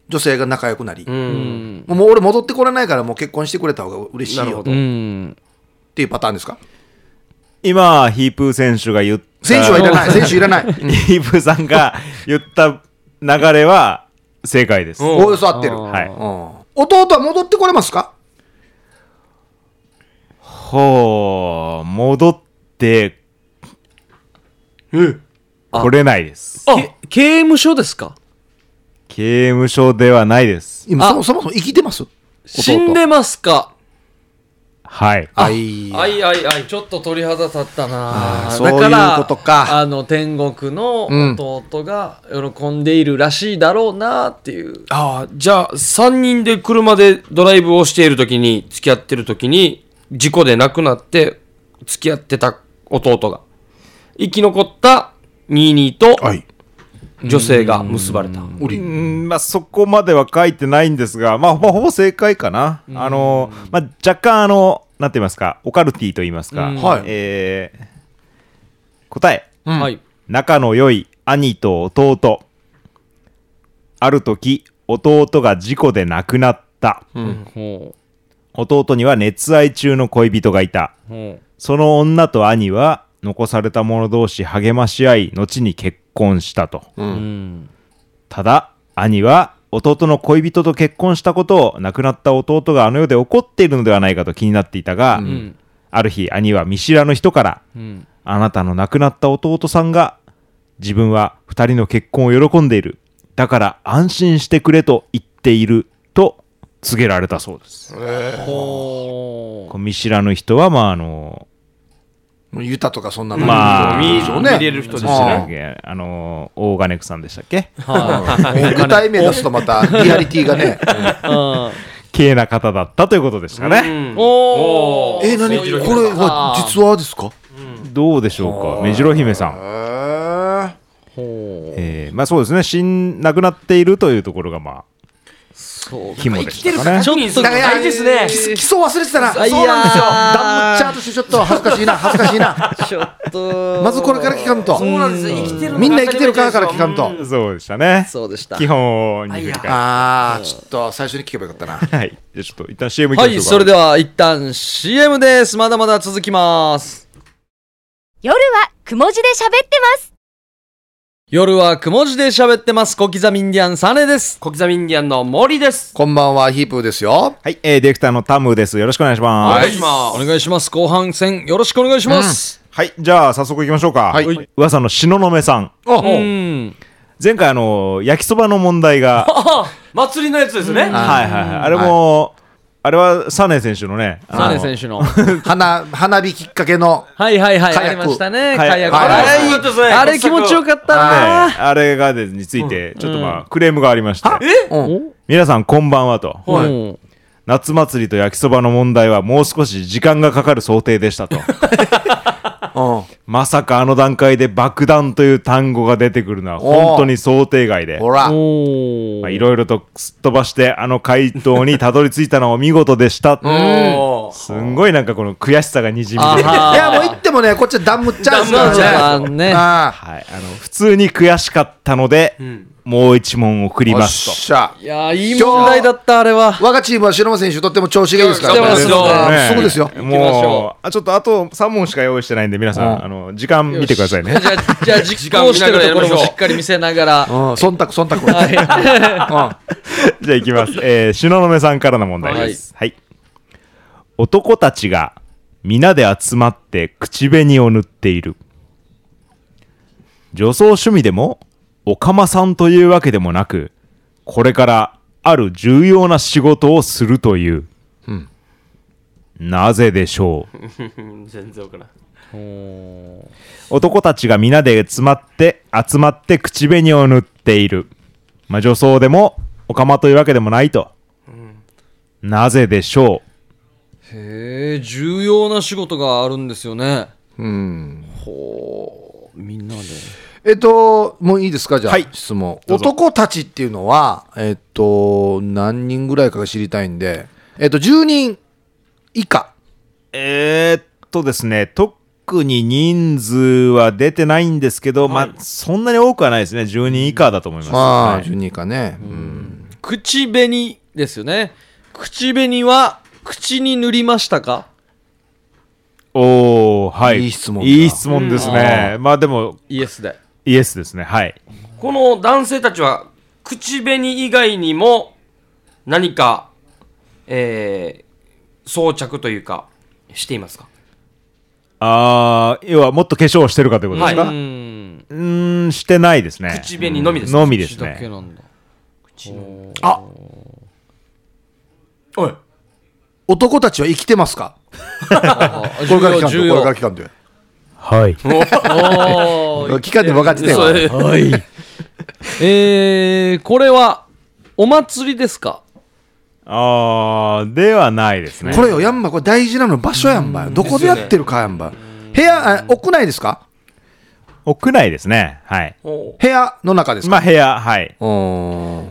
Speaker 3: 女性が仲良くなり、
Speaker 2: う
Speaker 3: も
Speaker 2: ん。
Speaker 3: うもう俺戻ってこれないからもう結婚してくれた方が嬉しい
Speaker 2: なる
Speaker 3: よ
Speaker 2: ほ
Speaker 3: っ
Speaker 2: ど
Speaker 1: うん
Speaker 3: ていうパターンですか
Speaker 5: 今、ヒープー選手が言った。
Speaker 3: 選手はい らない選手いらない、うん
Speaker 5: ヒープーさんが言った流れは正解です。
Speaker 2: うん
Speaker 3: おおよそ合ってる、
Speaker 1: あー
Speaker 5: はい
Speaker 3: うん弟は戻ってこれますか
Speaker 5: ほう、戻って
Speaker 2: え
Speaker 5: これないです。
Speaker 1: あ刑務所ですか
Speaker 5: 刑務所ではないです。
Speaker 3: 今
Speaker 1: あ
Speaker 3: そもそもそも生きてます
Speaker 1: 死んでますか
Speaker 5: はい。
Speaker 3: あい
Speaker 1: あいあいあいちょっと鳥肌立ったな
Speaker 3: あ
Speaker 1: あ
Speaker 3: ーそういうことか
Speaker 1: あの天国の弟が喜んでいるらしいだろうなっていう、
Speaker 2: ああ、じゃあ、3人で車でドライブをしているときに、付き合ってるときに、事故で亡くなって、付き合ってた弟が、生き残った22と
Speaker 3: はい
Speaker 2: 女性が結ばれた。
Speaker 3: おり
Speaker 5: うんまあ、そこまでは書いてないんですが、まあ、ほぼほぼ正解かな。あの、まあ、若干、あの、なんて言いますか、オカルティと言いますか、
Speaker 1: うん
Speaker 3: はい
Speaker 5: えー答え、
Speaker 3: うん
Speaker 1: はい
Speaker 5: 仲の良い兄と弟。ある時、弟が事故で亡くなった。
Speaker 1: ほ
Speaker 5: 弟には熱愛中の恋人がいた。
Speaker 1: うほ
Speaker 5: その女と兄は、残された者同士励まし合い、後に結婚したと。
Speaker 1: ううん
Speaker 5: ただ兄は弟の恋人と結婚したことを亡くなった弟があの世で怒っているのではないかと気になっていたが、
Speaker 1: ん
Speaker 5: ある日兄は見知らぬ人から、
Speaker 1: うん
Speaker 5: あなたの亡くなった弟さんが自分は二人の結婚を喜んでいるだから安心してくれと言っていると告げられたそうです
Speaker 1: ほ
Speaker 5: こう見知らぬ人はまああの
Speaker 3: ユタとかそんなの
Speaker 5: まあ
Speaker 3: いいですよね
Speaker 2: 見れる人です
Speaker 5: 知ら
Speaker 2: よ
Speaker 5: んけあの大金子さんでしたっけ
Speaker 1: うは
Speaker 3: うんもう具体名出すとまたリアリティがね、
Speaker 1: いうん
Speaker 5: 綺麗な方だったということでしたね、
Speaker 2: うん
Speaker 1: おー
Speaker 3: え何
Speaker 1: そういう
Speaker 3: これは実話ですか
Speaker 2: う
Speaker 5: どうでしょうか目白姫さん
Speaker 3: え
Speaker 5: えーまあそうですね死ん亡くなっているというところがまあ
Speaker 1: そう
Speaker 5: 肝
Speaker 2: 生
Speaker 5: で
Speaker 2: き
Speaker 5: して
Speaker 2: る
Speaker 5: た
Speaker 2: か
Speaker 5: かね
Speaker 2: 確認するの大事ですね。
Speaker 3: 基礎忘れてたな。
Speaker 1: あいやー
Speaker 3: そうなんですよ。ダムチャートしてちょっと恥ずかしいな、恥ずかしいな。
Speaker 1: ちょっと
Speaker 3: まずこれから聞かんと。
Speaker 2: そうなんですよ。生きてるのが
Speaker 3: みんな生きてるからから聞かんと。
Speaker 5: そうでしたね
Speaker 1: そうでした
Speaker 5: 基本に振り返っ
Speaker 3: ああ、ちょっと最初に聞けばよかったな。
Speaker 5: てはいじゃあちょっと一旦 CM いきま
Speaker 1: は
Speaker 5: しょう
Speaker 1: い
Speaker 5: か
Speaker 1: それでは一旦 CM ですまだまだ続きます
Speaker 4: 夜はくも字で喋ってます。
Speaker 1: 夜はくも字で喋ってます小刻みインディアンサネです
Speaker 2: 小刻みインディアンの森です。
Speaker 3: こんばんは、ヒープーですよ。
Speaker 5: はい、えー、ディレクターのタムですよろしくお願いしま
Speaker 2: は
Speaker 5: す
Speaker 2: いお願いしま
Speaker 1: お願いします後半戦よろしくお願いします
Speaker 5: はい、じゃあ早速行きましょうか。
Speaker 3: はい
Speaker 5: はい噂の東雲さん。
Speaker 1: うん
Speaker 3: お
Speaker 5: 前回あの焼きそばの問題が、
Speaker 2: あ
Speaker 5: は
Speaker 2: 祭りのやつですね。
Speaker 5: いはいはい、あれも、あれはサネ選手のね、
Speaker 1: サネ選
Speaker 5: 手
Speaker 1: 手の
Speaker 3: 花、花火きっかけの。
Speaker 1: はいはいはい
Speaker 3: カ
Speaker 1: あ
Speaker 3: ヤッ
Speaker 1: り
Speaker 3: ク
Speaker 1: ましたね
Speaker 5: カヤ
Speaker 1: カヤック
Speaker 3: はい
Speaker 1: あれ
Speaker 2: よかったですね
Speaker 1: あれ気持ちよかったな
Speaker 5: あれがでについてちょっとまあ、クレームがありまして、
Speaker 3: うん。
Speaker 5: 皆さんこんばんはと、
Speaker 1: はい
Speaker 5: 夏祭りと焼きそばの問題はもう少し時間がかかる想定でした と。まさかあの段階で爆弾という単語が出てくるのは本当に想定外で
Speaker 3: ほら。
Speaker 1: お
Speaker 5: まあいろいろとすっ飛ばしてあの回答にたどり着いたのはお見事でした
Speaker 2: おー
Speaker 5: すんごいなんかこの悔しさがにじみ
Speaker 1: あ
Speaker 5: 出る。
Speaker 1: はい
Speaker 3: や、もう言ってもね、こっちはダムチャート
Speaker 1: じゃ
Speaker 3: な
Speaker 1: あ
Speaker 3: んで
Speaker 1: ね
Speaker 3: あ
Speaker 5: はい、あの普通に悔しかったので、もう一問送
Speaker 3: ー
Speaker 5: り
Speaker 3: よっ
Speaker 5: ます
Speaker 3: しゃ。
Speaker 1: いやーいい問題だったあれは
Speaker 3: 我がチームは白間選手とっても調子がいいですか
Speaker 1: でも
Speaker 3: ら
Speaker 2: 頑張
Speaker 3: ね
Speaker 2: り。ま
Speaker 5: と。
Speaker 1: そう
Speaker 5: ね
Speaker 3: そうですよ
Speaker 5: も
Speaker 1: 行きましょ
Speaker 5: うあちょっとあと3問しか用意してないんで皆さん、
Speaker 3: うん
Speaker 5: あの時間見てくださいね
Speaker 1: じゃあじゃあ実行してるところもしっかり見せながら
Speaker 3: うん、忖度、忖度。うん
Speaker 5: じゃあいきます。えー、篠宮さんからの問題です。はい。男たちが皆で集まって口紅を塗っている。女装趣味でも、おかまさんというわけでもなく、これからある重要な仕事をするという。なぜでしょう
Speaker 2: うん全然わからん。
Speaker 5: 男たちが皆で集まって、集まって口紅を塗っている。まあ、女装でも、おかまというわけでもないと。なぜでしょう
Speaker 1: へえ重要な仕事があるんですよね
Speaker 3: えっと、もういいですか、じゃあ、
Speaker 5: はい
Speaker 3: 質問。
Speaker 5: どうぞ
Speaker 3: 男たちっていうのは、えっと、何人ぐらいかが知りたいんで、えっと、10人以下。
Speaker 5: えーっとですね、特に人数は出てないんですけど、まあ、そんなに多くはないですね、10人以下だと思います。
Speaker 3: ああ、
Speaker 5: は
Speaker 3: 10
Speaker 5: い
Speaker 3: 人以下ね。うん
Speaker 1: 口紅ですよね口紅は口に塗りましたか
Speaker 5: おー、はい。
Speaker 3: いい質問だ
Speaker 5: いい質問ですね。まあでも、
Speaker 1: イエスで
Speaker 5: イエスですね、はい。
Speaker 2: この男性たちは口紅以外にも何か、えー装着というかしていますか
Speaker 5: あー、要はもっと化粧をしてるかということですか、
Speaker 2: は
Speaker 1: う
Speaker 2: い
Speaker 1: ん
Speaker 5: うーん、してないですね。
Speaker 2: 口紅のみですか
Speaker 5: のみです
Speaker 1: 口だけ
Speaker 5: ね。
Speaker 1: なんだ
Speaker 2: おい
Speaker 3: 男たちは生きてますかこれから聞かんと、これから聞かんと。
Speaker 5: はい。
Speaker 1: おー
Speaker 3: 聞かんと分かってた
Speaker 2: そ
Speaker 3: よ。
Speaker 2: れ
Speaker 5: はい。
Speaker 1: えー、これはお祭りですか
Speaker 5: あー、ではないですね。
Speaker 3: これよ、やんば、これ大事なの場所やんば。どこでやってるかやんば。部屋、あ屋内ですか
Speaker 5: 屋内ですね。はい。
Speaker 2: おう
Speaker 3: 部屋の中です
Speaker 5: まあ
Speaker 3: か、
Speaker 5: 部屋、はい。
Speaker 3: う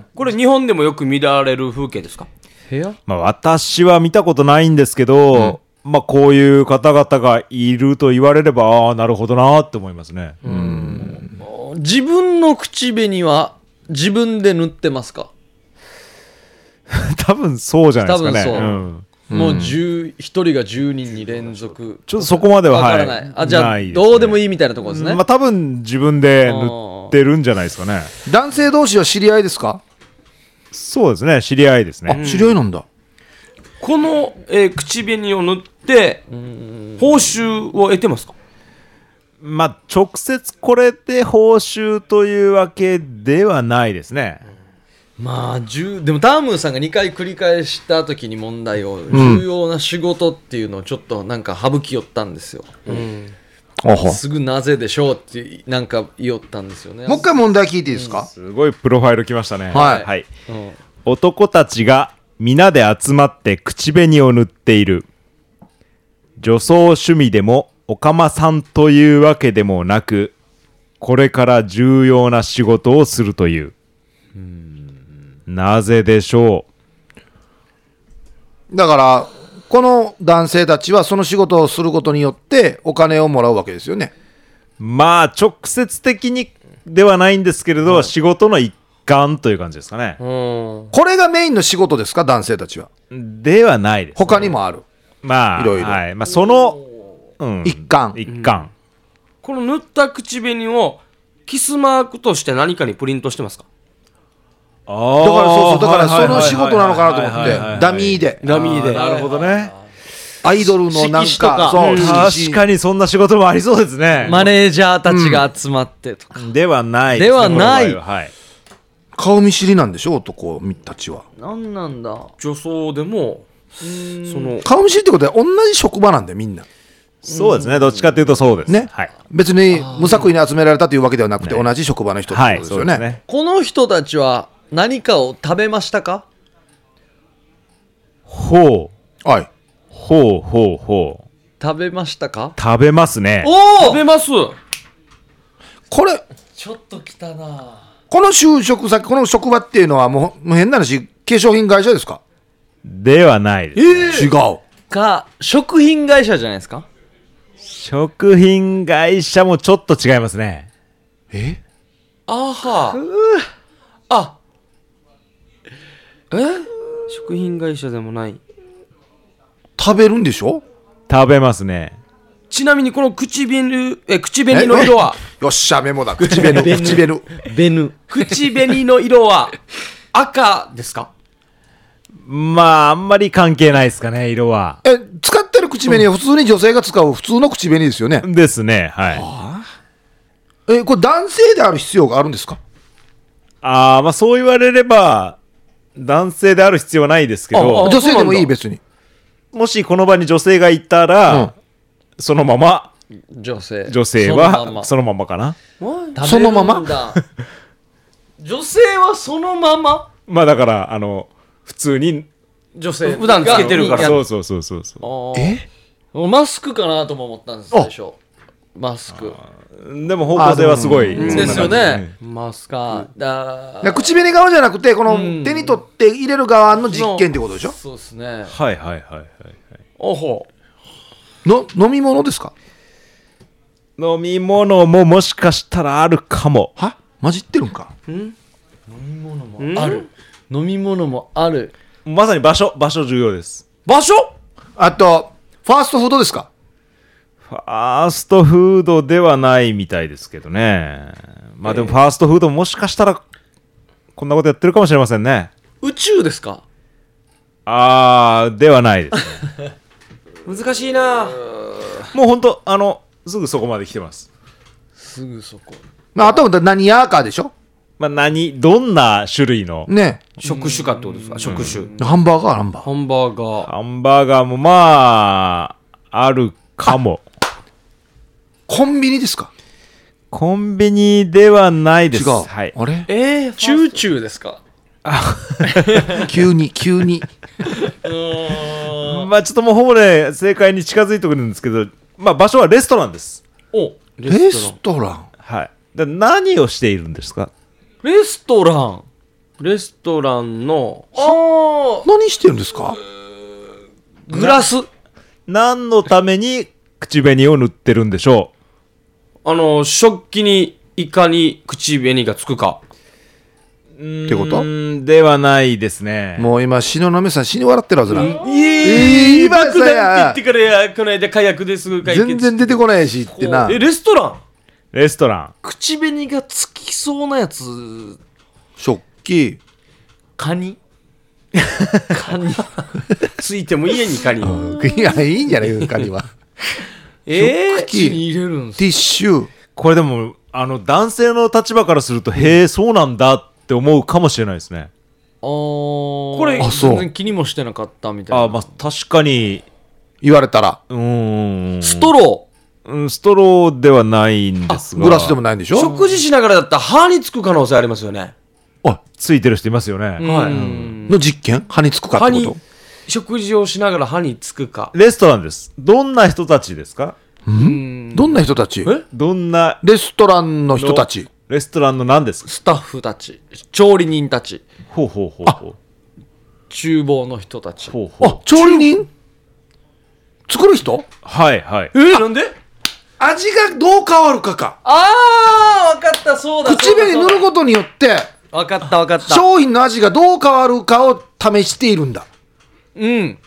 Speaker 3: ん
Speaker 2: これ日本でもよく見られる風景ですか
Speaker 1: 部屋
Speaker 5: まあ、私は見たことないんですけど、まあ、こういう方々がいると言われれば、ああ、なるほどなって思いますね。
Speaker 1: 自分の口紅は自分で塗ってますか
Speaker 5: 多分そうじゃないですかね。
Speaker 1: 多分そうんもう10 1人が10人に連続
Speaker 5: ちょっとそこまでは、
Speaker 1: わ
Speaker 5: は
Speaker 1: から
Speaker 5: い。
Speaker 1: ないあじゃ
Speaker 5: な
Speaker 1: あ
Speaker 5: いですね
Speaker 1: どうでもいいみたいなところですね
Speaker 5: まあ、多分自分で塗ってるんじゃないですかね。
Speaker 3: 男性同士は知り合いですか、
Speaker 5: そうですね、知り合いですね。
Speaker 3: あ、知り合いなんだ。
Speaker 2: この、えー口紅を塗って報酬を得てますか
Speaker 5: まあ、直接これで報酬というわけではないですね。
Speaker 1: まあ、重でもタームーさんが2回繰り返した時に問題を、重要な仕事っていうのをちょっとなんか省きよったんですよ、
Speaker 3: おほ
Speaker 1: すぐなぜでしょうってなんか言おったんですよね
Speaker 3: もう一回問題聞いていいですか、
Speaker 5: すごいプロファイル来ましたね。
Speaker 3: はい
Speaker 5: はい。
Speaker 1: うん
Speaker 5: 男たちが皆で集まって口紅を塗っている。女装趣味でもおかまさんというわけでもなくこれから重要な仕事をするというなぜでしょ
Speaker 3: だからこの男性たちはその仕事をすることによってお金をもらうわけですよね
Speaker 5: うまあ直接的にではないんですけれど、仕事の一環という感じですかね、
Speaker 2: うん。
Speaker 3: これがメインの仕事ですか男性たちは
Speaker 5: ではないです
Speaker 3: 他にもある
Speaker 5: まあ
Speaker 3: いろいろ
Speaker 5: はいまあ、その、うん
Speaker 3: 一環
Speaker 5: 一環
Speaker 2: この塗った口紅をキスマークとして何かにプリントしてますか
Speaker 5: だから
Speaker 3: だからそうそうだからその仕事なのかなと思ってダミーで
Speaker 2: ダミーで。
Speaker 5: なるほどね
Speaker 3: アイドルのなん
Speaker 1: 色紙とか
Speaker 3: かそう
Speaker 5: 確か
Speaker 3: に
Speaker 5: にそんな仕事もありそうですね
Speaker 1: マネージャーたちが集まってとか、
Speaker 5: ではない
Speaker 1: ではない
Speaker 5: この場合ははい
Speaker 3: 顔見知りなんでしょ男たちは
Speaker 1: なんなんだ
Speaker 2: 女装でも、その、
Speaker 3: 顔見知りってことは同じ職場なんだよみんな
Speaker 5: そうですねどっちかというとそうです
Speaker 3: ね
Speaker 5: はい
Speaker 3: 別に無作為に集められたというわけではなくて同じ職場の人ってこ
Speaker 5: は
Speaker 3: と
Speaker 5: い
Speaker 3: です
Speaker 5: そう
Speaker 3: よ
Speaker 5: です
Speaker 3: ね
Speaker 5: ね
Speaker 1: この人たちは何かを食べましたか
Speaker 5: ほう
Speaker 3: はい
Speaker 5: ほうほうほう
Speaker 1: 食べましたか
Speaker 5: 食べますね
Speaker 1: お
Speaker 2: 食べます。
Speaker 3: これ
Speaker 1: ちょっと来たな
Speaker 3: この就職先この職場っていうのはもうもう変な話化粧品会社ですか
Speaker 5: ではないです
Speaker 3: 違う
Speaker 1: か食品会社じゃないですか
Speaker 5: 食品会社もちょっと違いますね
Speaker 3: え
Speaker 2: あは。あ。え食品会社でもない。
Speaker 3: 食べるんでしょ
Speaker 5: 食べますね
Speaker 2: ちなみにこの唇、え、口紅の色は、
Speaker 3: よっしゃメモだ口紅口紅
Speaker 1: ベヌ
Speaker 2: 口紅の色は赤ですか
Speaker 5: まああんまり関係ないですかね色は
Speaker 3: え使ってる口紅は普通に女性が使う普通の口紅ですよね
Speaker 5: ですねはい
Speaker 3: えこれ男性である必要があるんですか
Speaker 5: ああまあそう言われれば男性である必要はないですけ
Speaker 2: ああ
Speaker 5: ど
Speaker 3: 女性でもい
Speaker 2: そうなん
Speaker 3: い
Speaker 2: だ
Speaker 3: 別に
Speaker 5: もしこの場に女性がいたら、
Speaker 3: うん
Speaker 5: そのまま
Speaker 1: 女性
Speaker 5: 女性
Speaker 1: そのまん
Speaker 5: は
Speaker 1: ま
Speaker 5: そのまんまかな
Speaker 1: 食べるんだ 女性はそのまま
Speaker 5: まあだからあの普通に
Speaker 1: 女性
Speaker 2: 普段つけてるから
Speaker 1: が
Speaker 5: そうそうそうそうそ
Speaker 1: えマスクかなとも思ったんです最初マスク
Speaker 5: うでも方向性はすごい
Speaker 3: あでも
Speaker 5: そん
Speaker 1: で
Speaker 5: な感じ
Speaker 1: すよね
Speaker 2: マスカ。
Speaker 1: かだ
Speaker 3: だから口紅側じゃなくてこの手に取って入れる側の実験ってことでしょ
Speaker 1: そうですね
Speaker 5: はいはいはいはい
Speaker 2: おほ。
Speaker 3: の飲み物ですか
Speaker 5: 飲み物ももしかしたらあるかも
Speaker 3: は混じってるんか
Speaker 1: ある飲み物もある
Speaker 5: まさに場所場所重要です
Speaker 2: 場所
Speaker 3: あとファーストフードですか
Speaker 5: ファーストフードではないみたいですけどねまあでもファーストフードももしかしたらこんなことやってるかもしれませんね
Speaker 1: 宇宙ですか
Speaker 5: あーではないですね
Speaker 2: 難しいな
Speaker 5: もうほんとあのすぐそこまで来てます
Speaker 1: すぐそこ
Speaker 3: まあ、あとは何やーかでしょ
Speaker 5: まあ何どんな種類の
Speaker 3: ね
Speaker 2: 職種かってことですか職種。
Speaker 3: えハンバーガーハンバーガー
Speaker 2: ハンバーガー。
Speaker 5: ハンバーガーもまああるかも
Speaker 3: コンビニですか
Speaker 5: コンビニではないで
Speaker 3: 違
Speaker 5: す。
Speaker 3: う、
Speaker 5: はい。
Speaker 3: あれ
Speaker 2: えー、
Speaker 1: チューチューですか
Speaker 3: 急に急に
Speaker 5: まあちょっともうほぼね、正解に近づいてくるんですけど、まあ場所はレストランです。
Speaker 1: お
Speaker 3: レストラン
Speaker 5: はい。で何をしているんですか
Speaker 2: レストラン。レストランの、
Speaker 1: あ
Speaker 3: 何してるんですか
Speaker 1: グラス
Speaker 5: 何のために口紅を塗ってるんでしょ
Speaker 2: あの、食器にいかに口紅がつくか。
Speaker 5: う
Speaker 3: てこと
Speaker 5: うーんではないですね。
Speaker 3: もう今篠宮さん死に笑ってるはずな、
Speaker 2: いえ
Speaker 3: いい
Speaker 2: 爆
Speaker 3: 今さ
Speaker 2: 弾
Speaker 3: や
Speaker 2: って言ってからや、この間火薬ですぐ解決。
Speaker 3: 全然出てこないしってな
Speaker 2: え、レストラン
Speaker 5: レストラン。
Speaker 1: 口紅がつきそうなやつ
Speaker 3: 食器
Speaker 1: カニカ ニ
Speaker 2: ついても家にカニ。
Speaker 3: いやいいんじゃない他には
Speaker 2: えー、
Speaker 1: 口に入れるんです
Speaker 3: ティッシュ
Speaker 5: これでも、あの、男性の立場からすると、へえ、そうなんだって思うかもしれないですね。
Speaker 1: あこ
Speaker 2: れ
Speaker 3: あそう
Speaker 1: 全然気にもしてなかったみたいな
Speaker 5: あーまあ確かに、
Speaker 3: 言われたら
Speaker 5: うーん。
Speaker 1: ストロ
Speaker 5: うんストローではないんですが。
Speaker 3: グラスでもないんでしょ
Speaker 2: 食事しながらだったら歯につく可能性ありますよね。
Speaker 5: ついてる人いますよね。
Speaker 1: ー
Speaker 2: はい
Speaker 1: うん
Speaker 3: の実験歯につくか
Speaker 2: 歯
Speaker 3: って
Speaker 2: に
Speaker 3: こ、
Speaker 2: 食事をしながら歯につくか。
Speaker 5: レストランです。どんな人たちですか
Speaker 3: どんな人たち
Speaker 1: え
Speaker 5: どんな
Speaker 3: レストランの人たち。
Speaker 5: レストランの何ですか
Speaker 1: スタッフたち、調理人たち、
Speaker 5: ほうほうほうほう
Speaker 1: 厨房の人たち。
Speaker 5: ほうほう
Speaker 3: あ、調理人作る人
Speaker 5: はいはい
Speaker 1: えー、なんで
Speaker 3: 味がどう変わるかか。
Speaker 1: あー、わかった、そうだ。
Speaker 3: 口紅塗る
Speaker 1: こ
Speaker 3: ことによって、
Speaker 1: と。わかった、わかった。
Speaker 3: 商品の味がどう変わるかを試しているんだ。
Speaker 1: うん。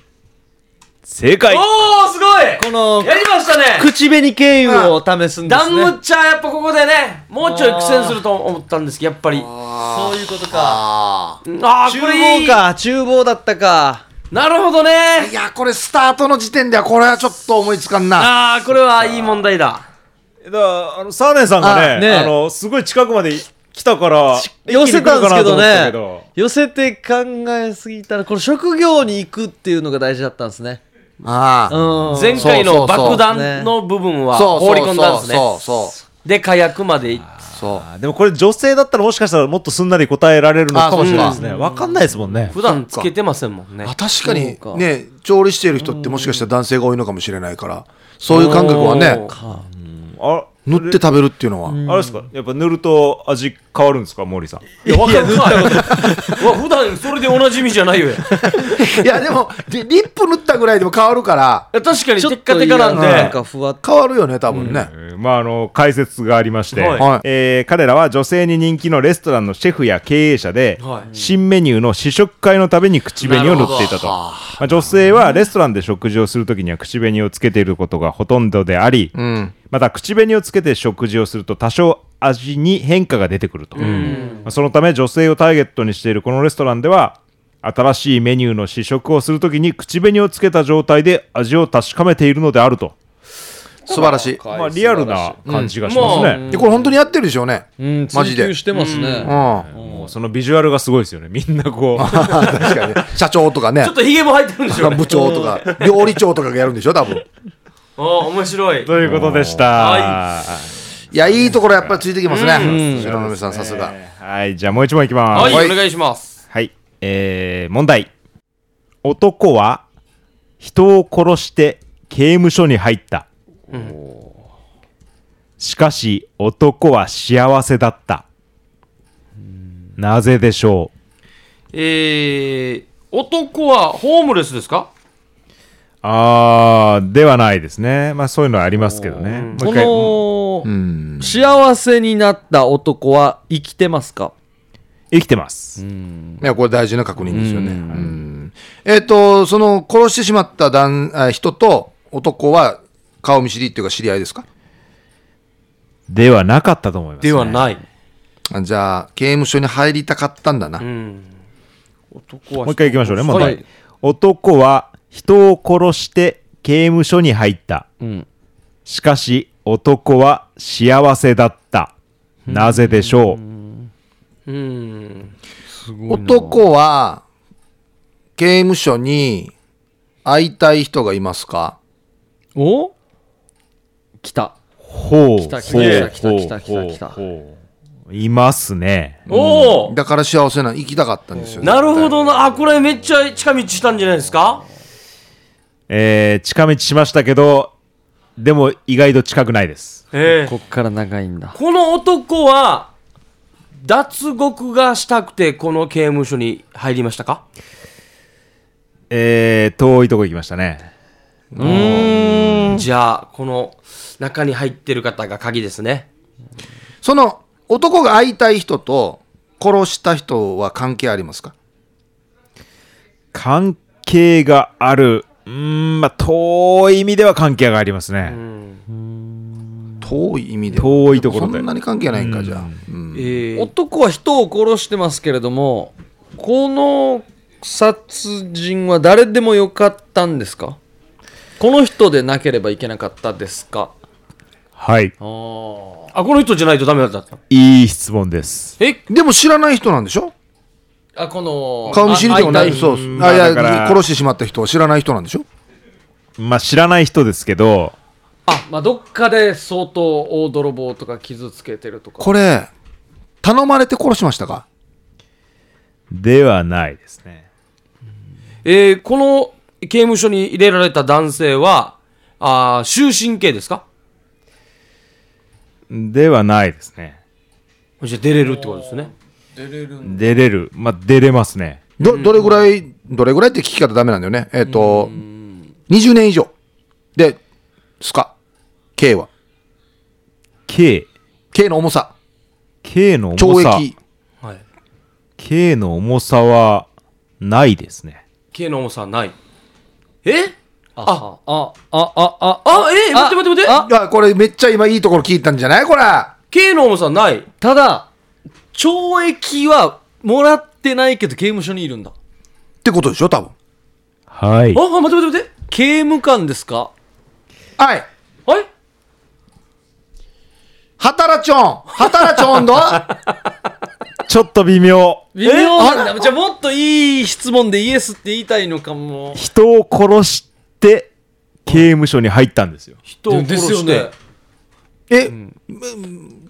Speaker 5: 正解
Speaker 2: おおすごい
Speaker 1: この、
Speaker 2: やりましたね
Speaker 1: 口紅経由を試すんです
Speaker 2: ダ
Speaker 1: ね。
Speaker 2: ンムチャーやっぱここでねもうちょい苦戦すると思ったんですけどやっぱりあ
Speaker 1: そういうことか。
Speaker 2: あー
Speaker 1: 厨
Speaker 2: これい
Speaker 1: 房
Speaker 2: い
Speaker 1: か、厨房だったか。
Speaker 2: なるほど
Speaker 3: い
Speaker 2: ね
Speaker 3: や、これスタートの時点ではこれはちょっと思いつかんな。
Speaker 2: ああこれはいい問題だ
Speaker 5: だからあのサーネンさんが
Speaker 1: あ
Speaker 5: ね
Speaker 1: ね
Speaker 5: あのすごい近くまで来たから
Speaker 1: 寄せたんですけどね
Speaker 5: 一気に来るかなと思ったけど
Speaker 1: 寄せて考えすぎたらこれ職業に行くっていうのが大事だったんですね
Speaker 3: あ
Speaker 1: う
Speaker 3: あ。
Speaker 1: ん
Speaker 2: 前回
Speaker 3: そ
Speaker 2: の
Speaker 3: うそうそ
Speaker 2: 爆
Speaker 3: う
Speaker 2: 弾の部分は
Speaker 3: そうそ
Speaker 2: 放
Speaker 3: う
Speaker 2: り込んだんです
Speaker 3: そ
Speaker 2: ね
Speaker 3: うそう
Speaker 2: で火薬までい
Speaker 3: そう。
Speaker 5: あでもこれ女性だったらもしかしたらもっとすんなり答えられるのかもしれないですねわかんないですもんね
Speaker 2: 普段つけてませんもんね
Speaker 3: あ確かに
Speaker 1: そうか
Speaker 3: ね調理している人ってもしかしたら男性が多いのかもしれないからそういう感覚はね
Speaker 2: おー
Speaker 5: あ
Speaker 3: 塗って食べるっていうのは、
Speaker 5: あれですかやっぱ塗ると味変わるんですか毛利さん
Speaker 2: いや、わかるわ、普段それでおなじみじゃ ないよ。いや
Speaker 3: いやでもリリップ塗ったぐらいでも変わるから
Speaker 2: 確かに、
Speaker 1: ちょ
Speaker 2: テ
Speaker 1: っ
Speaker 2: ッカ
Speaker 1: と
Speaker 2: テカなん
Speaker 1: 嫌なん
Speaker 2: で。
Speaker 1: かふわっ
Speaker 3: 変わるよね多分ね、
Speaker 5: えーまああの解説がありまして、
Speaker 2: はい
Speaker 3: はい
Speaker 5: えー彼らは女性に人気のレストランのシェフや経営者で、
Speaker 2: はい
Speaker 5: 新メニューの試食会のために口紅を塗っていたと、まあ、女性はレストランで食事をするときには口紅をつけていることがほとんどであり、また口紅をつけて食事をすると多少味に変化が出てくると、まあそのため女性をターゲットにしているこのレストランでは新しいメニューの試食をするときに口紅をつけた状態で味を確かめているのであると
Speaker 3: 素晴らしい、
Speaker 5: まあ、リアルな感じがします
Speaker 2: う
Speaker 5: ね、
Speaker 3: でこれ本当にやってるでしょうね、
Speaker 1: うん
Speaker 3: マ
Speaker 1: 追
Speaker 3: ジで、う
Speaker 1: 求
Speaker 3: ん、
Speaker 1: してますね
Speaker 3: 確
Speaker 5: もうそのビジュアルがすごいですよねみんなこう
Speaker 3: かにね社長とかね
Speaker 2: ちょっとヒゲも入ってるんでしょうね。
Speaker 3: 部長とか料理長とかがやるんでしょ多分
Speaker 2: ああ、面白い。
Speaker 5: ということでした
Speaker 2: はい
Speaker 3: いやいいところやっぱりついてきますね白
Speaker 5: 野
Speaker 3: 波さんさすが
Speaker 5: はいじゃあもう一問いきま
Speaker 2: は
Speaker 5: すはい、
Speaker 2: い、お願いします。
Speaker 5: えー、問題男は人を殺して刑務所に入った、しかし男は幸せだったなぜでしょう
Speaker 2: えー、男はホームレスですか
Speaker 5: あーではないですねまあそういうのはありますけどねもう一回
Speaker 1: こ
Speaker 3: う
Speaker 1: の
Speaker 3: ん
Speaker 1: 幸せになった男は生きてますか
Speaker 5: 生きてま
Speaker 3: い
Speaker 5: す、
Speaker 3: やこれ大事な確認ですよねうんえっ、とその殺してしまった男あ人と男は顔見知りっていうか知り合いですか
Speaker 5: ではなかったと思います、ね、
Speaker 2: ではない。
Speaker 3: あじゃあ刑務所に入りたかったんだな、
Speaker 2: うん。男は
Speaker 5: もう一回行きましょうね、問
Speaker 2: は
Speaker 5: 題
Speaker 2: い。
Speaker 5: 男は人を殺して刑務所に入った。
Speaker 1: ん
Speaker 5: しかし、男は幸せだった。なぜでしょう
Speaker 2: うん。
Speaker 3: 男は刑務所に会いたい人がいますか
Speaker 1: お来た
Speaker 5: ほう。
Speaker 1: 来た来
Speaker 5: ほう
Speaker 1: た来た
Speaker 5: ほう
Speaker 1: 来た来た来た
Speaker 5: ほういますね。
Speaker 2: おお
Speaker 3: だから幸せな生きたかったんですよ
Speaker 2: なるほどな。あ、これめっちゃ近道したんじゃないですか
Speaker 5: えー、近道しましたけど、でも意外と近くないです。
Speaker 2: ええ
Speaker 1: こっから長いんだ
Speaker 2: この男は、脱獄がしたくて、この刑務所に入りましたか
Speaker 5: えー、遠いとこ行きましたね。
Speaker 2: じゃあ、この中に入ってる方が鍵ですね。
Speaker 3: その男が会いたい人と殺した人は関係ありますか
Speaker 5: 関係がある。うーん、まあ、遠い意味では関係がありますね。
Speaker 3: 遠い意味では
Speaker 5: 遠いところで
Speaker 3: そんなに関係ないんかじゃあ、うん
Speaker 2: ええ
Speaker 1: 男は人を殺してますけれどもこの殺人は誰でもよかったんですかこの人でなければいけなかったですか
Speaker 5: はい。
Speaker 2: あ、この人じゃないとダメだった。
Speaker 5: いい質問です。
Speaker 2: え、
Speaker 3: でも知らない人なんでしょ
Speaker 1: あこの
Speaker 3: 顔見知りとかないそう
Speaker 5: う
Speaker 3: そ
Speaker 5: ん
Speaker 3: うあいや
Speaker 5: だから
Speaker 3: 殺してしまった人は知らない人なんでしょ
Speaker 5: まあ、知らない人ですけど、
Speaker 1: あ、まあ、どっかで相当大泥棒とか傷つけてるとか。
Speaker 3: これ頼まれて殺しましたか
Speaker 5: ではないですね。
Speaker 2: えーこの刑務所に入れられた男性は、あー終身刑ですか
Speaker 5: ではないですね。
Speaker 2: じゃあ出れるってことですね。
Speaker 5: 出れる。まあ、出れますね。
Speaker 3: どどれぐらいどれぐらいって聞き方ダメなんだよねえっ、と20年以上でスカ K は
Speaker 5: K。
Speaker 3: K の重さ
Speaker 5: K の重さ
Speaker 3: 懲。役
Speaker 5: K の重さは、ないですね。
Speaker 2: K の重さはない。え
Speaker 1: あ、あ、あ、あ、あ、
Speaker 2: あ、え待って待って待って。
Speaker 1: あ、
Speaker 3: あこれめっちゃ今いいところ聞いたんじゃないこれ
Speaker 2: K の重さはない。
Speaker 1: ただ、懲役はもらってないけど刑務所にいるんだ。
Speaker 3: ってことでしょ多分
Speaker 5: はい
Speaker 2: あ、。あ待って待って待って。
Speaker 1: 刑務官ですか
Speaker 3: はい
Speaker 2: あれ
Speaker 3: 働ちょん働ちょんど
Speaker 5: ちょっと微妙。
Speaker 1: 微妙なんだ。じゃあもっといい質問でイエスって言いたいのかも。
Speaker 5: 人を殺して、刑務所に入ったんですよ。
Speaker 2: 人を殺
Speaker 1: ですよ
Speaker 2: し
Speaker 1: ね
Speaker 2: て。
Speaker 3: え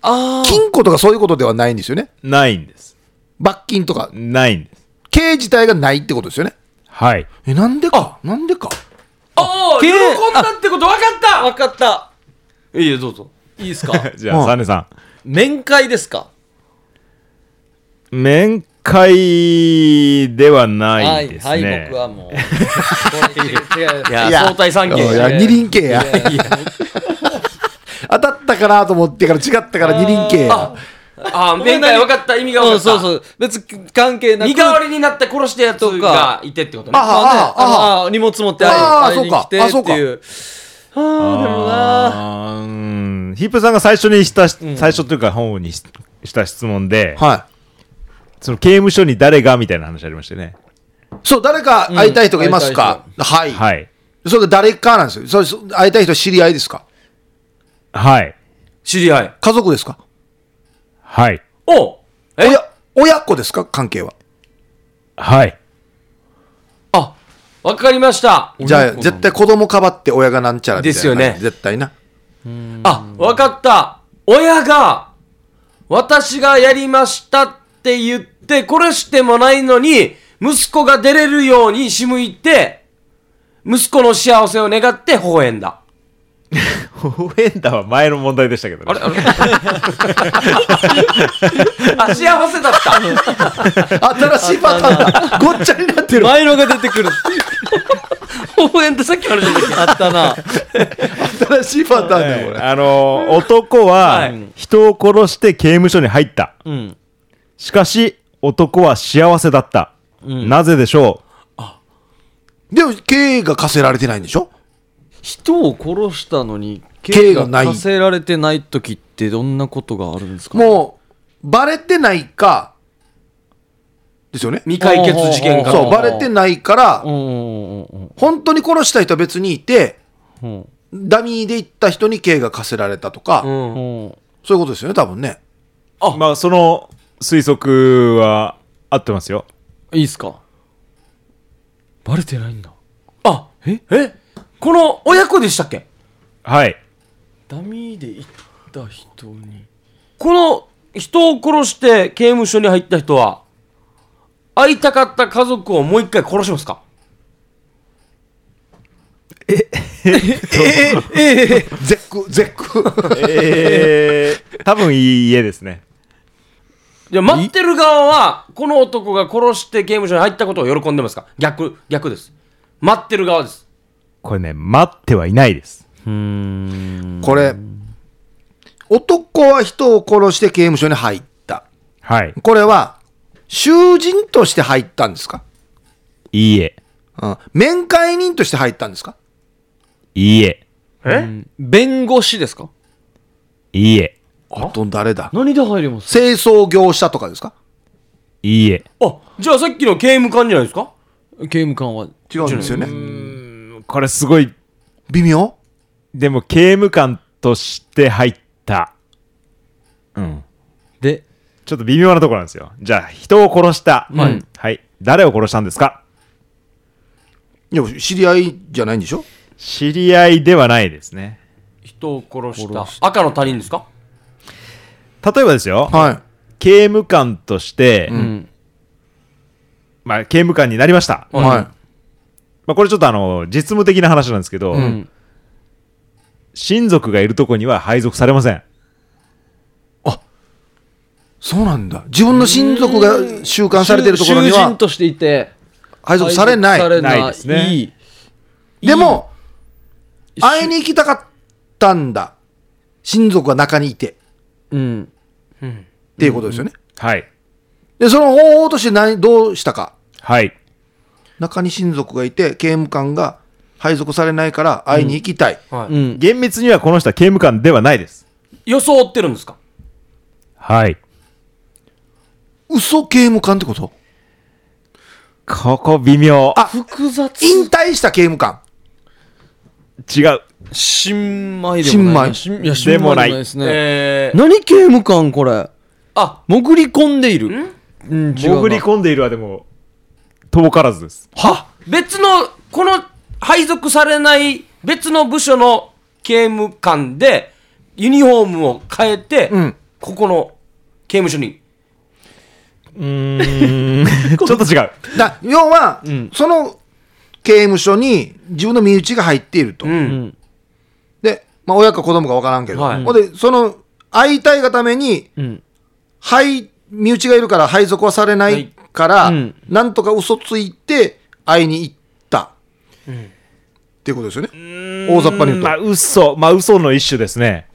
Speaker 1: ああ。
Speaker 3: 金庫とかそういうことではないんですよね
Speaker 5: ないんです。
Speaker 3: 罰金とか
Speaker 5: ないんです。
Speaker 3: 刑自体がないってことですよね
Speaker 5: はい。
Speaker 3: えなんでかなんでか
Speaker 2: ああ、喜
Speaker 1: K
Speaker 2: んだってこと分かっ
Speaker 1: わかった。
Speaker 2: たいいよ、どうぞ。
Speaker 1: いいですか
Speaker 5: じゃあ、サネさ
Speaker 1: 面会ですか
Speaker 5: ん。面会ではな
Speaker 1: はいい、
Speaker 5: ですね。
Speaker 1: はい、僕はもう。これ違う違う
Speaker 2: いや
Speaker 3: いや
Speaker 2: 相対
Speaker 3: い
Speaker 2: 関係
Speaker 1: やい
Speaker 3: や
Speaker 1: や
Speaker 3: 二輪刑や
Speaker 1: いやいや
Speaker 3: 当たったかなと思ってから違ったから二輪刑や
Speaker 2: ああ、面会分かった、意味が分
Speaker 1: うん
Speaker 2: かった。
Speaker 1: そうそう。別に関係なく。
Speaker 2: 身代わりになって殺したやつがいてってことね。
Speaker 3: あ
Speaker 1: まあね
Speaker 3: ああ
Speaker 1: あのあ荷物持って
Speaker 3: ああ
Speaker 1: 会いに来て
Speaker 3: そうかあそう
Speaker 1: っ
Speaker 3: か
Speaker 1: ていう。ああ、でもな。
Speaker 5: あーうんヒップさんが最初にした、最初というか本にしした質問で、
Speaker 3: は
Speaker 5: その刑務所に誰がみたいな話ありましたよね。
Speaker 3: いそう誰か会いたい人がいますか、はい、
Speaker 5: はい。
Speaker 3: それが誰かなんですよそれそ会いたい人は知り合いですか
Speaker 5: はい。
Speaker 2: 知り合い。
Speaker 3: 家族ですか
Speaker 5: はい。
Speaker 2: おえ
Speaker 3: 親親子ですか関係は
Speaker 5: はい。
Speaker 2: あ、わかりました。
Speaker 3: じゃあ絶対子供かばって親がなんちゃらみたいな
Speaker 2: ですよね
Speaker 3: 絶対な
Speaker 2: あ、わかった。親が、私がやりましたって言って、殺してもないのに、息子が出れるように仕向いて、息子の幸せを願って微笑んだ。
Speaker 5: 応援団は前の問題でしたけどね。
Speaker 2: あれあれ あ、幸せだった。
Speaker 3: 新しいパターンだごっちゃに なってる
Speaker 1: 前のが出てくる。
Speaker 2: 微笑んだ、さっきの話だっ
Speaker 1: あったな。
Speaker 3: 新しいパターンだよこ
Speaker 5: は
Speaker 3: れ
Speaker 5: いあのー、男は
Speaker 2: はい
Speaker 5: 人を殺して刑務所に入った。
Speaker 1: うん。
Speaker 5: しかし、男は幸せだった。なぜでしょ
Speaker 3: でも刑が課せられてないんでしょ
Speaker 1: 人を殺したのに
Speaker 3: 刑がない
Speaker 1: 課せられてない時ってどんなことがあるんですか
Speaker 3: もうバレてないかですよね
Speaker 2: 未解決事件か
Speaker 1: あ
Speaker 2: ら。
Speaker 3: そうバレてないから
Speaker 1: うんうんうん
Speaker 3: 本当に殺した人は別にいて
Speaker 1: うんうん
Speaker 3: ダミーで行った人に刑が課せられたとか、
Speaker 2: うん
Speaker 1: うん
Speaker 3: そういうことですよね多分ね
Speaker 5: うまあ、その推測は合ってますよ。
Speaker 1: いいっすかバレてないんだ
Speaker 2: あ、ええこの親子でしたっけ
Speaker 5: はい。
Speaker 1: ダミーで行った人に
Speaker 2: この人を殺して刑務所に入った人は、会いたかった家族をもう一回殺しますか
Speaker 3: 絶句絶句
Speaker 5: えー、多分いい家ですね。
Speaker 2: じゃあ待ってる側は、この男が殺して刑務所に入ったことを喜んでますか逆、逆です。待ってる側です。
Speaker 5: これね、待ってはいないです。
Speaker 3: これ男は人を殺して刑務所に入った
Speaker 5: はい。
Speaker 3: これは囚人として入ったんですか、
Speaker 5: いいえ。
Speaker 3: うん、面会人として入ったんですか
Speaker 5: いいえ。
Speaker 2: え
Speaker 1: 弁護士ですか
Speaker 5: いいえ。
Speaker 3: あと誰だ
Speaker 1: 何で入ります
Speaker 3: 清掃業者とかですか
Speaker 5: いいえ。
Speaker 2: あ、じゃあさっきの刑務官じゃないですか
Speaker 1: 刑務官は
Speaker 3: 違うんですよね
Speaker 5: これすごい。
Speaker 3: 微妙
Speaker 5: でも、刑務官として入った。うん。
Speaker 1: で
Speaker 5: ちょっと微妙なところなんですよ。じゃあ、人を殺した。はい。誰を殺したんですか
Speaker 3: いや知り合いじゃないんでしょ
Speaker 5: 知り合いではないですね。
Speaker 2: 人を殺した。赤の他人ですか
Speaker 5: 例えばですよ、
Speaker 3: は
Speaker 5: 刑務官として、まあ、刑務官になりました。
Speaker 3: いはい、
Speaker 5: まあ、これちょっとあの、実務的な話なんですけど、親族がいるとこには配属されません。
Speaker 3: そうなんだ自分の親族が収監されてるところに
Speaker 1: 囚人
Speaker 3: は
Speaker 1: としていて
Speaker 3: 配属されない
Speaker 1: 配属され
Speaker 5: ないですね
Speaker 1: いい
Speaker 3: でも会いに行きたかったんだ親族が中にいてっ
Speaker 1: うん
Speaker 3: ていうことですよね、
Speaker 5: はい。
Speaker 3: でその方法として何どうしたか
Speaker 5: はい。
Speaker 3: 中に親族がいて刑務官が配属されないから会いに行きたい、
Speaker 2: はい
Speaker 1: うん
Speaker 5: 厳密にはこの人は刑務官ではないです。
Speaker 2: 装ってるんですか
Speaker 5: はい。
Speaker 3: 嘘刑務官ってこと
Speaker 5: ここ微妙。
Speaker 3: あ
Speaker 1: 複雑
Speaker 3: 引退した刑務官
Speaker 5: 違う。
Speaker 1: 新米でもない
Speaker 3: 新
Speaker 1: 新米いや新米でもないですね、
Speaker 2: えー、
Speaker 1: 何刑務官これ
Speaker 2: あ
Speaker 1: 潜り込んでいるうん違うな
Speaker 5: 潜り込んでいるはでも、遠からずです。
Speaker 2: は別のこの配属されない別の部署の刑務官でユニフォームを変えて、
Speaker 3: うん
Speaker 2: ここの刑務所に
Speaker 5: うーん。ちょっと違う。
Speaker 3: だ要は、その刑務所に自分の身内が入っていると、
Speaker 2: うん
Speaker 3: で、まあ、親か子供か分からんけど、
Speaker 2: はい
Speaker 3: ほんでその会いたいがために、
Speaker 1: ん
Speaker 3: はい身内がいるから配属はされな
Speaker 2: はいい
Speaker 3: から、
Speaker 1: ん
Speaker 3: なんとか嘘ついて会いに行った、っていうことですよね大雑把に言うと、
Speaker 5: まあ、嘘。まあ、嘘の一種ですね。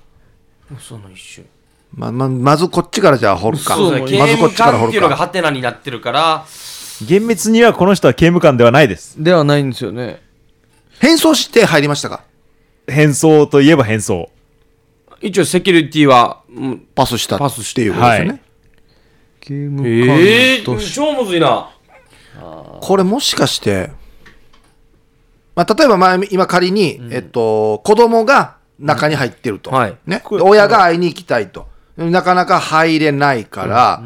Speaker 2: その一種
Speaker 3: まままずこっちからじゃあ掘るか
Speaker 2: そうですね
Speaker 3: ま
Speaker 2: 刑
Speaker 3: ずこっ
Speaker 2: 務
Speaker 3: ちから
Speaker 2: 官
Speaker 3: 掘
Speaker 2: ってい
Speaker 3: る
Speaker 2: うのが
Speaker 3: か
Speaker 2: ハテナになってるから
Speaker 5: 厳密にはこの人は刑務官ではないです。
Speaker 1: ではないんですよね
Speaker 3: 変装して入りましたか
Speaker 5: 変装といえば変装。
Speaker 2: 一応セキュリティは、うん、
Speaker 3: パスした
Speaker 2: パスし
Speaker 3: っていうことですよね、
Speaker 5: はい
Speaker 1: 刑務
Speaker 2: ええ
Speaker 1: 官として、
Speaker 2: 超むずいな
Speaker 3: これもしかして、まあ、例えば前今仮に、えっと、子供が中に入ってると、
Speaker 2: うんはい
Speaker 3: ね、で親が会いに行きたいとなかなか入れないから、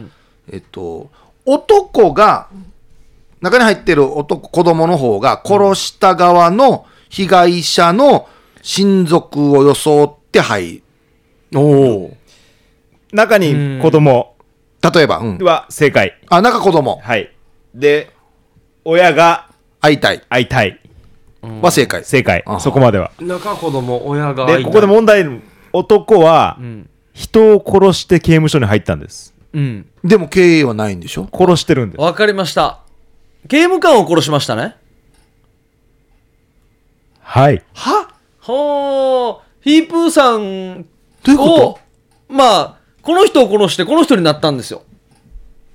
Speaker 3: えっと、男が中に入ってる男子供の方が殺した側の被害者の親族を装って入る
Speaker 2: おお
Speaker 5: 中に子供
Speaker 3: 例えば、うん、
Speaker 5: は正解。
Speaker 3: あ中子供
Speaker 5: はい。で、親が
Speaker 3: 会いたい
Speaker 5: 会いたい。
Speaker 3: は正解、
Speaker 5: 正解
Speaker 3: あ。
Speaker 5: そこまでは。
Speaker 2: 中子供親が
Speaker 5: で、ここで問題、男は
Speaker 1: ん、
Speaker 5: 人を殺して刑務所に入ったんです。
Speaker 1: うん、
Speaker 3: でも経営はないんでしょ
Speaker 5: 殺してるんです。
Speaker 1: わかりました刑務官を殺しましたね
Speaker 5: はい。
Speaker 3: は
Speaker 1: はあヒープーさん
Speaker 3: どういうこと
Speaker 1: をまあこの人を殺してこの人になったんですよ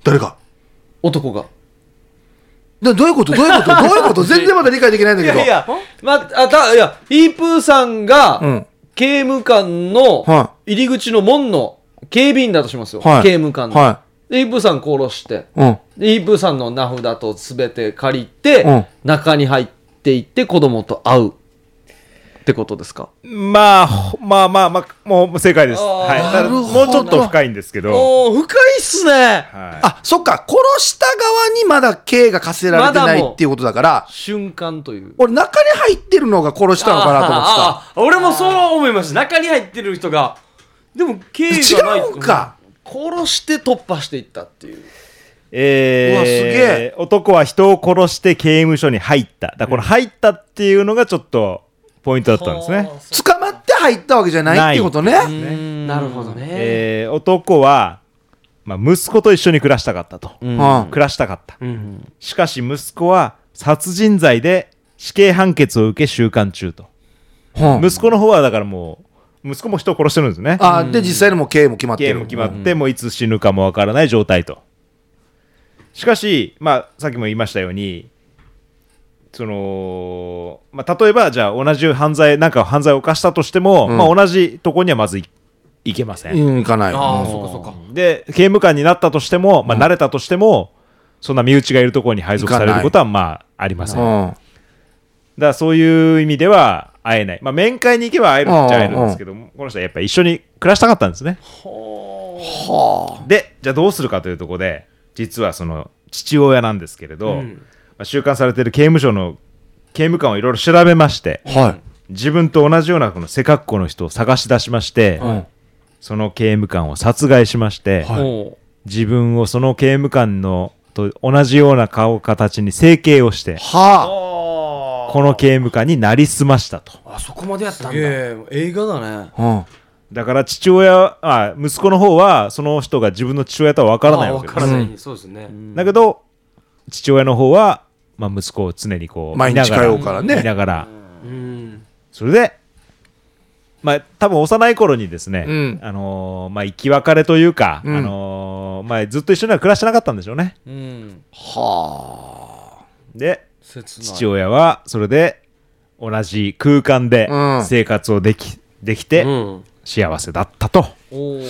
Speaker 3: 誰が
Speaker 1: 男が
Speaker 3: だどういうことどういうことどういうこと全然まだ理解できないんだ
Speaker 1: い
Speaker 3: けど。
Speaker 1: やいや、まあ、あたいやヒープーさんが、
Speaker 3: うん。
Speaker 1: 刑務官の
Speaker 3: は
Speaker 1: 入り口の門の警備員だとしますよ、
Speaker 3: はい
Speaker 1: 刑務官の、
Speaker 3: は
Speaker 1: でイープーさん殺して
Speaker 3: い。うん。
Speaker 1: でイープーさんの名札と全て借りて、
Speaker 3: うん
Speaker 1: 中に入っていって子供と会うってことですか
Speaker 5: まあ、ほまあまあまあ、もう正解です。
Speaker 1: あー
Speaker 5: はい。
Speaker 1: な
Speaker 5: ただ
Speaker 3: るほ
Speaker 5: も
Speaker 3: ど
Speaker 5: うちょっと深いんですけど。
Speaker 1: おー深いっすね
Speaker 5: はい
Speaker 3: あ、そっか。殺した側にまだ刑が課せられてない
Speaker 1: まだもう
Speaker 3: っていうことだから、
Speaker 1: 瞬間という
Speaker 3: 俺中に入ってるのが殺したのかなと思っ
Speaker 2: ああ俺もそう思いました中に入ってる人がでも経営
Speaker 3: て
Speaker 2: がな
Speaker 3: た。
Speaker 2: い
Speaker 3: 違うんか。
Speaker 1: 殺して突破していったっていう
Speaker 5: えー
Speaker 3: うわすげえ
Speaker 5: 男は人を殺して刑務所に入った。だからこの入ったっていうのがちょっとポイントだったんですね。
Speaker 3: 捕まって入ったわけじゃないっていうことね。
Speaker 2: なるほどね、
Speaker 5: えー男は、まあ、息子と一緒に暮らしたかったと。
Speaker 3: うん。
Speaker 5: 暮らしたかった。
Speaker 2: うん、
Speaker 5: しかし息子は殺人罪で死刑判決を受け収監中と。
Speaker 3: うん
Speaker 5: 息子の方はだからもう、息子も人を殺してるんですね。
Speaker 3: あ、で、実際にもう刑も決まって
Speaker 5: 刑
Speaker 3: る。
Speaker 5: も決まって、もういつ死ぬかもわからない状態と。しかし、まあ、さっきも言いましたように、その、まあ、例えば、じゃあ、同じ犯罪、なんか犯罪を犯したとしても、
Speaker 3: ん
Speaker 5: まあ、同じとこにはまずいいけません。
Speaker 3: うん、いかない。
Speaker 2: ああ
Speaker 3: うん
Speaker 2: そっかそっか
Speaker 5: で、刑務官になったとしても、まあ、慣れたとしても、そんな身内がいるところに配属されることは、まあ、ありません。だか
Speaker 3: うん。
Speaker 5: ら、そういう意味では、会えない。まあ、面会に行けば会えるっちゃ会えるんですけども、この人はやっぱり一緒に暮らしたかったんですね。でじゃあどうするかというところで実はその父親なんですけれど、
Speaker 2: うん
Speaker 5: まあ、収監されている刑務所の刑務官をいろいろ調べまして
Speaker 3: は
Speaker 5: 自分と同じようなこの背格好の人を探し出しまして、
Speaker 3: ん
Speaker 5: その刑務官を殺害しまして、
Speaker 3: はい
Speaker 1: も
Speaker 5: 自分をその刑務官のと同じような顔形に整形をして
Speaker 3: い。は
Speaker 5: この刑務官になりすましたと
Speaker 2: あそこまでやったんだ
Speaker 1: う映画だね
Speaker 3: あ。うん。
Speaker 5: だから父親あ息子の方はその人が自分の父親とは分からないわけです
Speaker 2: あわからない。そうですね。
Speaker 5: だけど父親の方は、まあ、息子を常にこう
Speaker 3: 毎日通うからね
Speaker 5: 見ながら
Speaker 2: うん。
Speaker 5: それでまあ多分幼い頃にですね、
Speaker 3: うん
Speaker 5: あのーまあ生き別れというか、
Speaker 3: うん
Speaker 5: あのーまあずっと一緒には暮らしてなかったんでしょうね
Speaker 1: うん
Speaker 5: で
Speaker 1: 切ない
Speaker 5: 父親はそれで同じ空間で
Speaker 3: うん
Speaker 5: 生活をでき,、できて
Speaker 2: うん。
Speaker 5: 幸せだったと、
Speaker 1: おおこ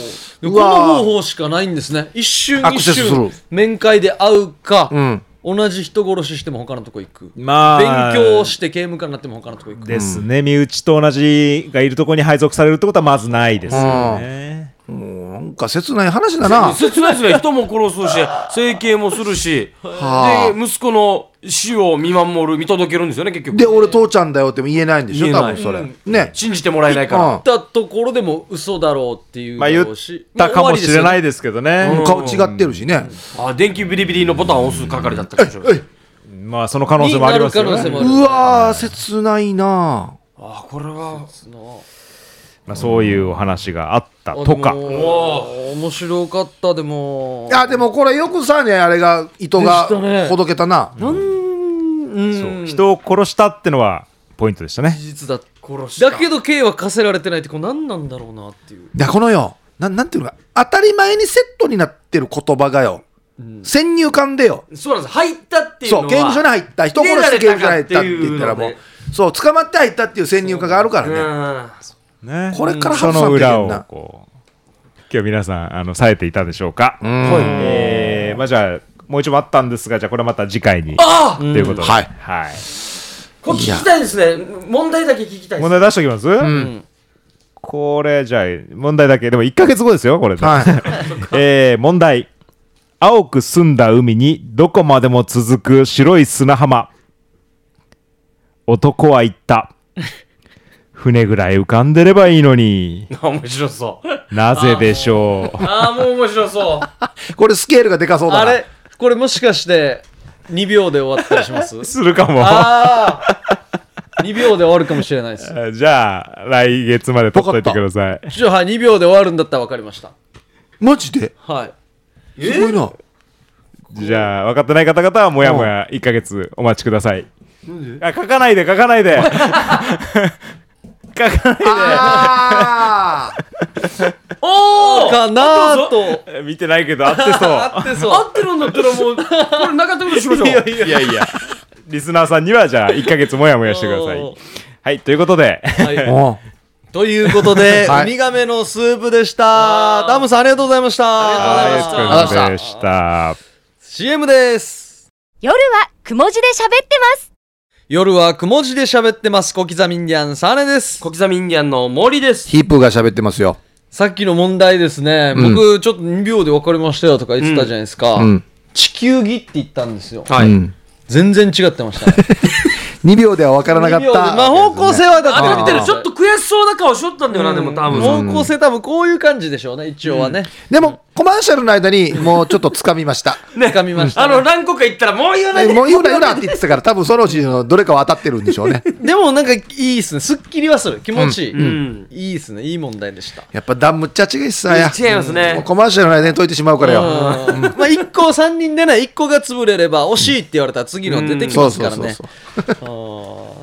Speaker 1: の
Speaker 3: うわー
Speaker 1: 方法しかないんですね一瞬
Speaker 3: ア
Speaker 1: 一
Speaker 3: クセスする
Speaker 1: 瞬面会で会うか、
Speaker 3: うん。
Speaker 1: 同じ人殺ししても他のとこ行く
Speaker 5: まあ
Speaker 1: 勉強して刑務官になっても他のとこ行く
Speaker 5: ですね、身内と同じがいるところに配属されるってことはまずないですよね、
Speaker 3: もうなんか切ない話だな。
Speaker 2: 切ないですね。人も殺すし、整形もするし、
Speaker 3: はあ
Speaker 2: で、息子の死を見守る、見届けるんですよね、結局。
Speaker 3: で、俺父ちゃんだよっても言えないんでしょ
Speaker 2: 言え
Speaker 3: 多
Speaker 2: ない
Speaker 3: 分それ。ね。
Speaker 2: 信じてもらえないから。
Speaker 3: うん
Speaker 1: 行ったところでも嘘だろうっていう
Speaker 5: まあ
Speaker 1: だ
Speaker 5: 言っ
Speaker 1: ろうした
Speaker 5: かもしれないいですけどね、
Speaker 3: うん顔違ってるしね。
Speaker 2: あ、電気ビリビリのボタンを押す係だったかもしれない。
Speaker 5: まあその可能性もありますよ
Speaker 1: になる可能性
Speaker 5: ね
Speaker 1: も、
Speaker 3: うわー、切ないな。
Speaker 2: あ、これは。
Speaker 5: まあ、そういうお話があったとか、
Speaker 1: お面白かったでも
Speaker 3: いや、でもこれよくさね、あれが、糸が
Speaker 1: でしたね
Speaker 3: ほどけたな。
Speaker 1: うん
Speaker 5: そう人を殺したってのはポイントでしたね
Speaker 1: 事実だ殺しだけど刑は課せられてないってこれ何なんだろうなっていう
Speaker 3: だこのよなん、なんていうのか、当たり前にセットになってる言葉がよ、先入観でよ、
Speaker 2: そうなんです。入ったっていうのは。
Speaker 3: そう、刑務所に入った、人殺して刑務所に入ったって言ったらも
Speaker 2: 入れられたかっていうの
Speaker 3: う、そう、捕まって入ったっていう先入観があるからね。
Speaker 2: うん。
Speaker 5: ね
Speaker 3: これから
Speaker 5: そ
Speaker 3: 外さな
Speaker 5: の
Speaker 3: きゃいけんな
Speaker 5: 裏をこう今日皆さんあの冴えていたでしょうか、
Speaker 3: うん
Speaker 5: えーまあ、じゃあもう一度あったんですがじゃあこれまた次回に
Speaker 2: あ
Speaker 5: ということで、
Speaker 3: うんはい
Speaker 5: はい、
Speaker 2: これ聞きたいですね。問題だけ聞きたいです
Speaker 5: 問。題出しておきます、これじゃあ問題だけでも1か月後ですよこれで、
Speaker 3: はい。
Speaker 5: えー問題青く澄んだ海にどこまでも続く白い砂浜男は言った船ぐらい浮かんでればいいのに
Speaker 2: 面白そう。
Speaker 5: なぜでしょう
Speaker 2: ああ、もう面白そう。
Speaker 3: これスケールがでかそうだ
Speaker 1: あ
Speaker 3: な。
Speaker 1: れこれもしかして2秒で終わったりします
Speaker 5: するかも
Speaker 1: ああ2秒で終わるかもしれないです
Speaker 5: じゃあ来月まで取っといてください
Speaker 1: じゃあはい2秒で終わるんだったら分かりました
Speaker 3: マジで
Speaker 1: はい
Speaker 3: すごいな。
Speaker 5: じゃあ分かってない方々はもやもや1か月お待ちくださいあ書かないで書かないで書かない
Speaker 3: あー
Speaker 2: おお
Speaker 1: かなーと
Speaker 5: で見てないけど合ってそう
Speaker 1: あってそう
Speaker 2: 合ってるんだったらもう、これなかったことしましょう。
Speaker 5: いやいやいやリスナーさんにはじゃあ1か月もやもやしてくださ
Speaker 1: お
Speaker 5: いはいということで
Speaker 1: はい
Speaker 3: おう
Speaker 1: ということで、
Speaker 3: はい
Speaker 1: ウミガメのスープでしたダムさんありがとうございました
Speaker 2: ありがとうございました
Speaker 5: はいお疲れ様でした
Speaker 1: CM です
Speaker 4: 夜はくも字で喋ってます。
Speaker 1: 夜はくも字で喋ってます小刻みインディアンサーネです
Speaker 2: 小刻みインディアンの森です。
Speaker 3: ヒープーが喋ってますよ。
Speaker 1: さっきの問題ですね、
Speaker 3: うん
Speaker 1: 僕ちょっと2秒で分かりましたよとか言ってたじゃないですか、
Speaker 3: うん。
Speaker 1: 地球儀って言ったんですよ
Speaker 2: は
Speaker 3: う
Speaker 2: い。
Speaker 3: ん
Speaker 1: 全然違ってましたね
Speaker 3: 2秒では分からなかっ
Speaker 1: 2
Speaker 3: た。
Speaker 1: 秒でまあ方向性はだ
Speaker 2: あ、でも見てる、
Speaker 1: ね
Speaker 2: ちょっと悔しそうな顔しとったんだよな、でも多分。
Speaker 1: 方向性多分こういう感じでしょうね一応はね、
Speaker 3: でも、コマーシャルの間にもうちょっと掴み ました。
Speaker 1: 掴みました
Speaker 2: あ
Speaker 1: ね、
Speaker 2: の、何個か言ったら、もう言わないで。
Speaker 3: もう言うな言うなって言ってたから、多分そのうちのどれかは当たってるんでしょう ね。
Speaker 1: でもなんかいいっすねすっきりはする気持ちいい、
Speaker 2: うん。
Speaker 1: いいっすねいい問題でした
Speaker 3: やっぱダンムっちゃ違いっすわや。
Speaker 2: 違います
Speaker 3: もう
Speaker 2: ね。
Speaker 3: コマーシャルの間に解いてしまうからよ。
Speaker 1: うん まあ1個3人でね1個が潰れれば惜しいって言われたら次の出てき
Speaker 3: そ
Speaker 1: ま
Speaker 3: う
Speaker 1: す
Speaker 3: そ
Speaker 1: か
Speaker 3: う
Speaker 1: ら
Speaker 3: そう
Speaker 1: ね
Speaker 3: そう。
Speaker 1: うん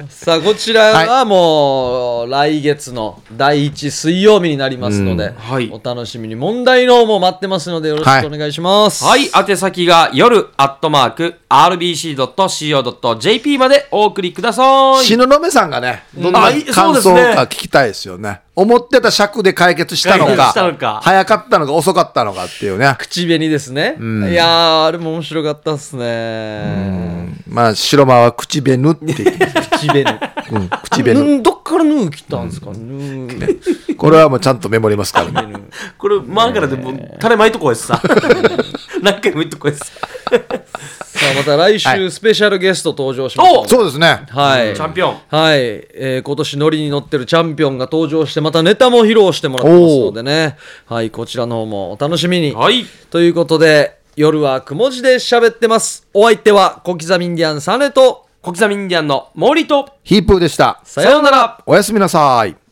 Speaker 1: さあこちらはもう来月の第1水曜日になりますので、
Speaker 3: うん
Speaker 2: はい
Speaker 1: お楽しみに問題の方も待ってますのでよろしくお願いします、
Speaker 2: はい、宛先が夜アットマーク RBC.CO.JP までお送りください。
Speaker 3: 篠宮さんがね、どんな
Speaker 2: あいそう
Speaker 3: 感
Speaker 2: です
Speaker 3: 想
Speaker 2: ね
Speaker 3: か聞きたいですよね。思ってた尺で解決したの
Speaker 2: 解決
Speaker 3: か
Speaker 2: したのか
Speaker 3: 早かったのか遅かったのかっていうね。
Speaker 1: 口紅ですね、
Speaker 3: うん
Speaker 1: いやーあれも面白かったっすね
Speaker 3: まあ、白間は口紅っ て言ってます
Speaker 1: 口紅
Speaker 3: うん、 口紅。
Speaker 1: うんどっから縫うきたんですか、縫う
Speaker 3: これはもうちゃんとメモりますからね。
Speaker 2: これ、前からでも、タレ巻いとこやし さ。何回も言っとこやしさ。
Speaker 1: さあまた来
Speaker 3: は
Speaker 1: 週スペシャルゲスト登場しますので、
Speaker 3: そうですね。
Speaker 1: はい、
Speaker 2: チャンピオン
Speaker 1: はい、えー今年ノリに乗ってるチャンピオンが登場してまたネタも披露してもらってますのでねはいこちらの方もお楽しみに、
Speaker 2: はい。
Speaker 1: ということで夜はくも字で喋ってますお相手は小刻みインディアンサネと
Speaker 2: 小刻みインディアンの森と、
Speaker 3: ヒープーでした。
Speaker 1: さようなら
Speaker 3: おやすみなさい。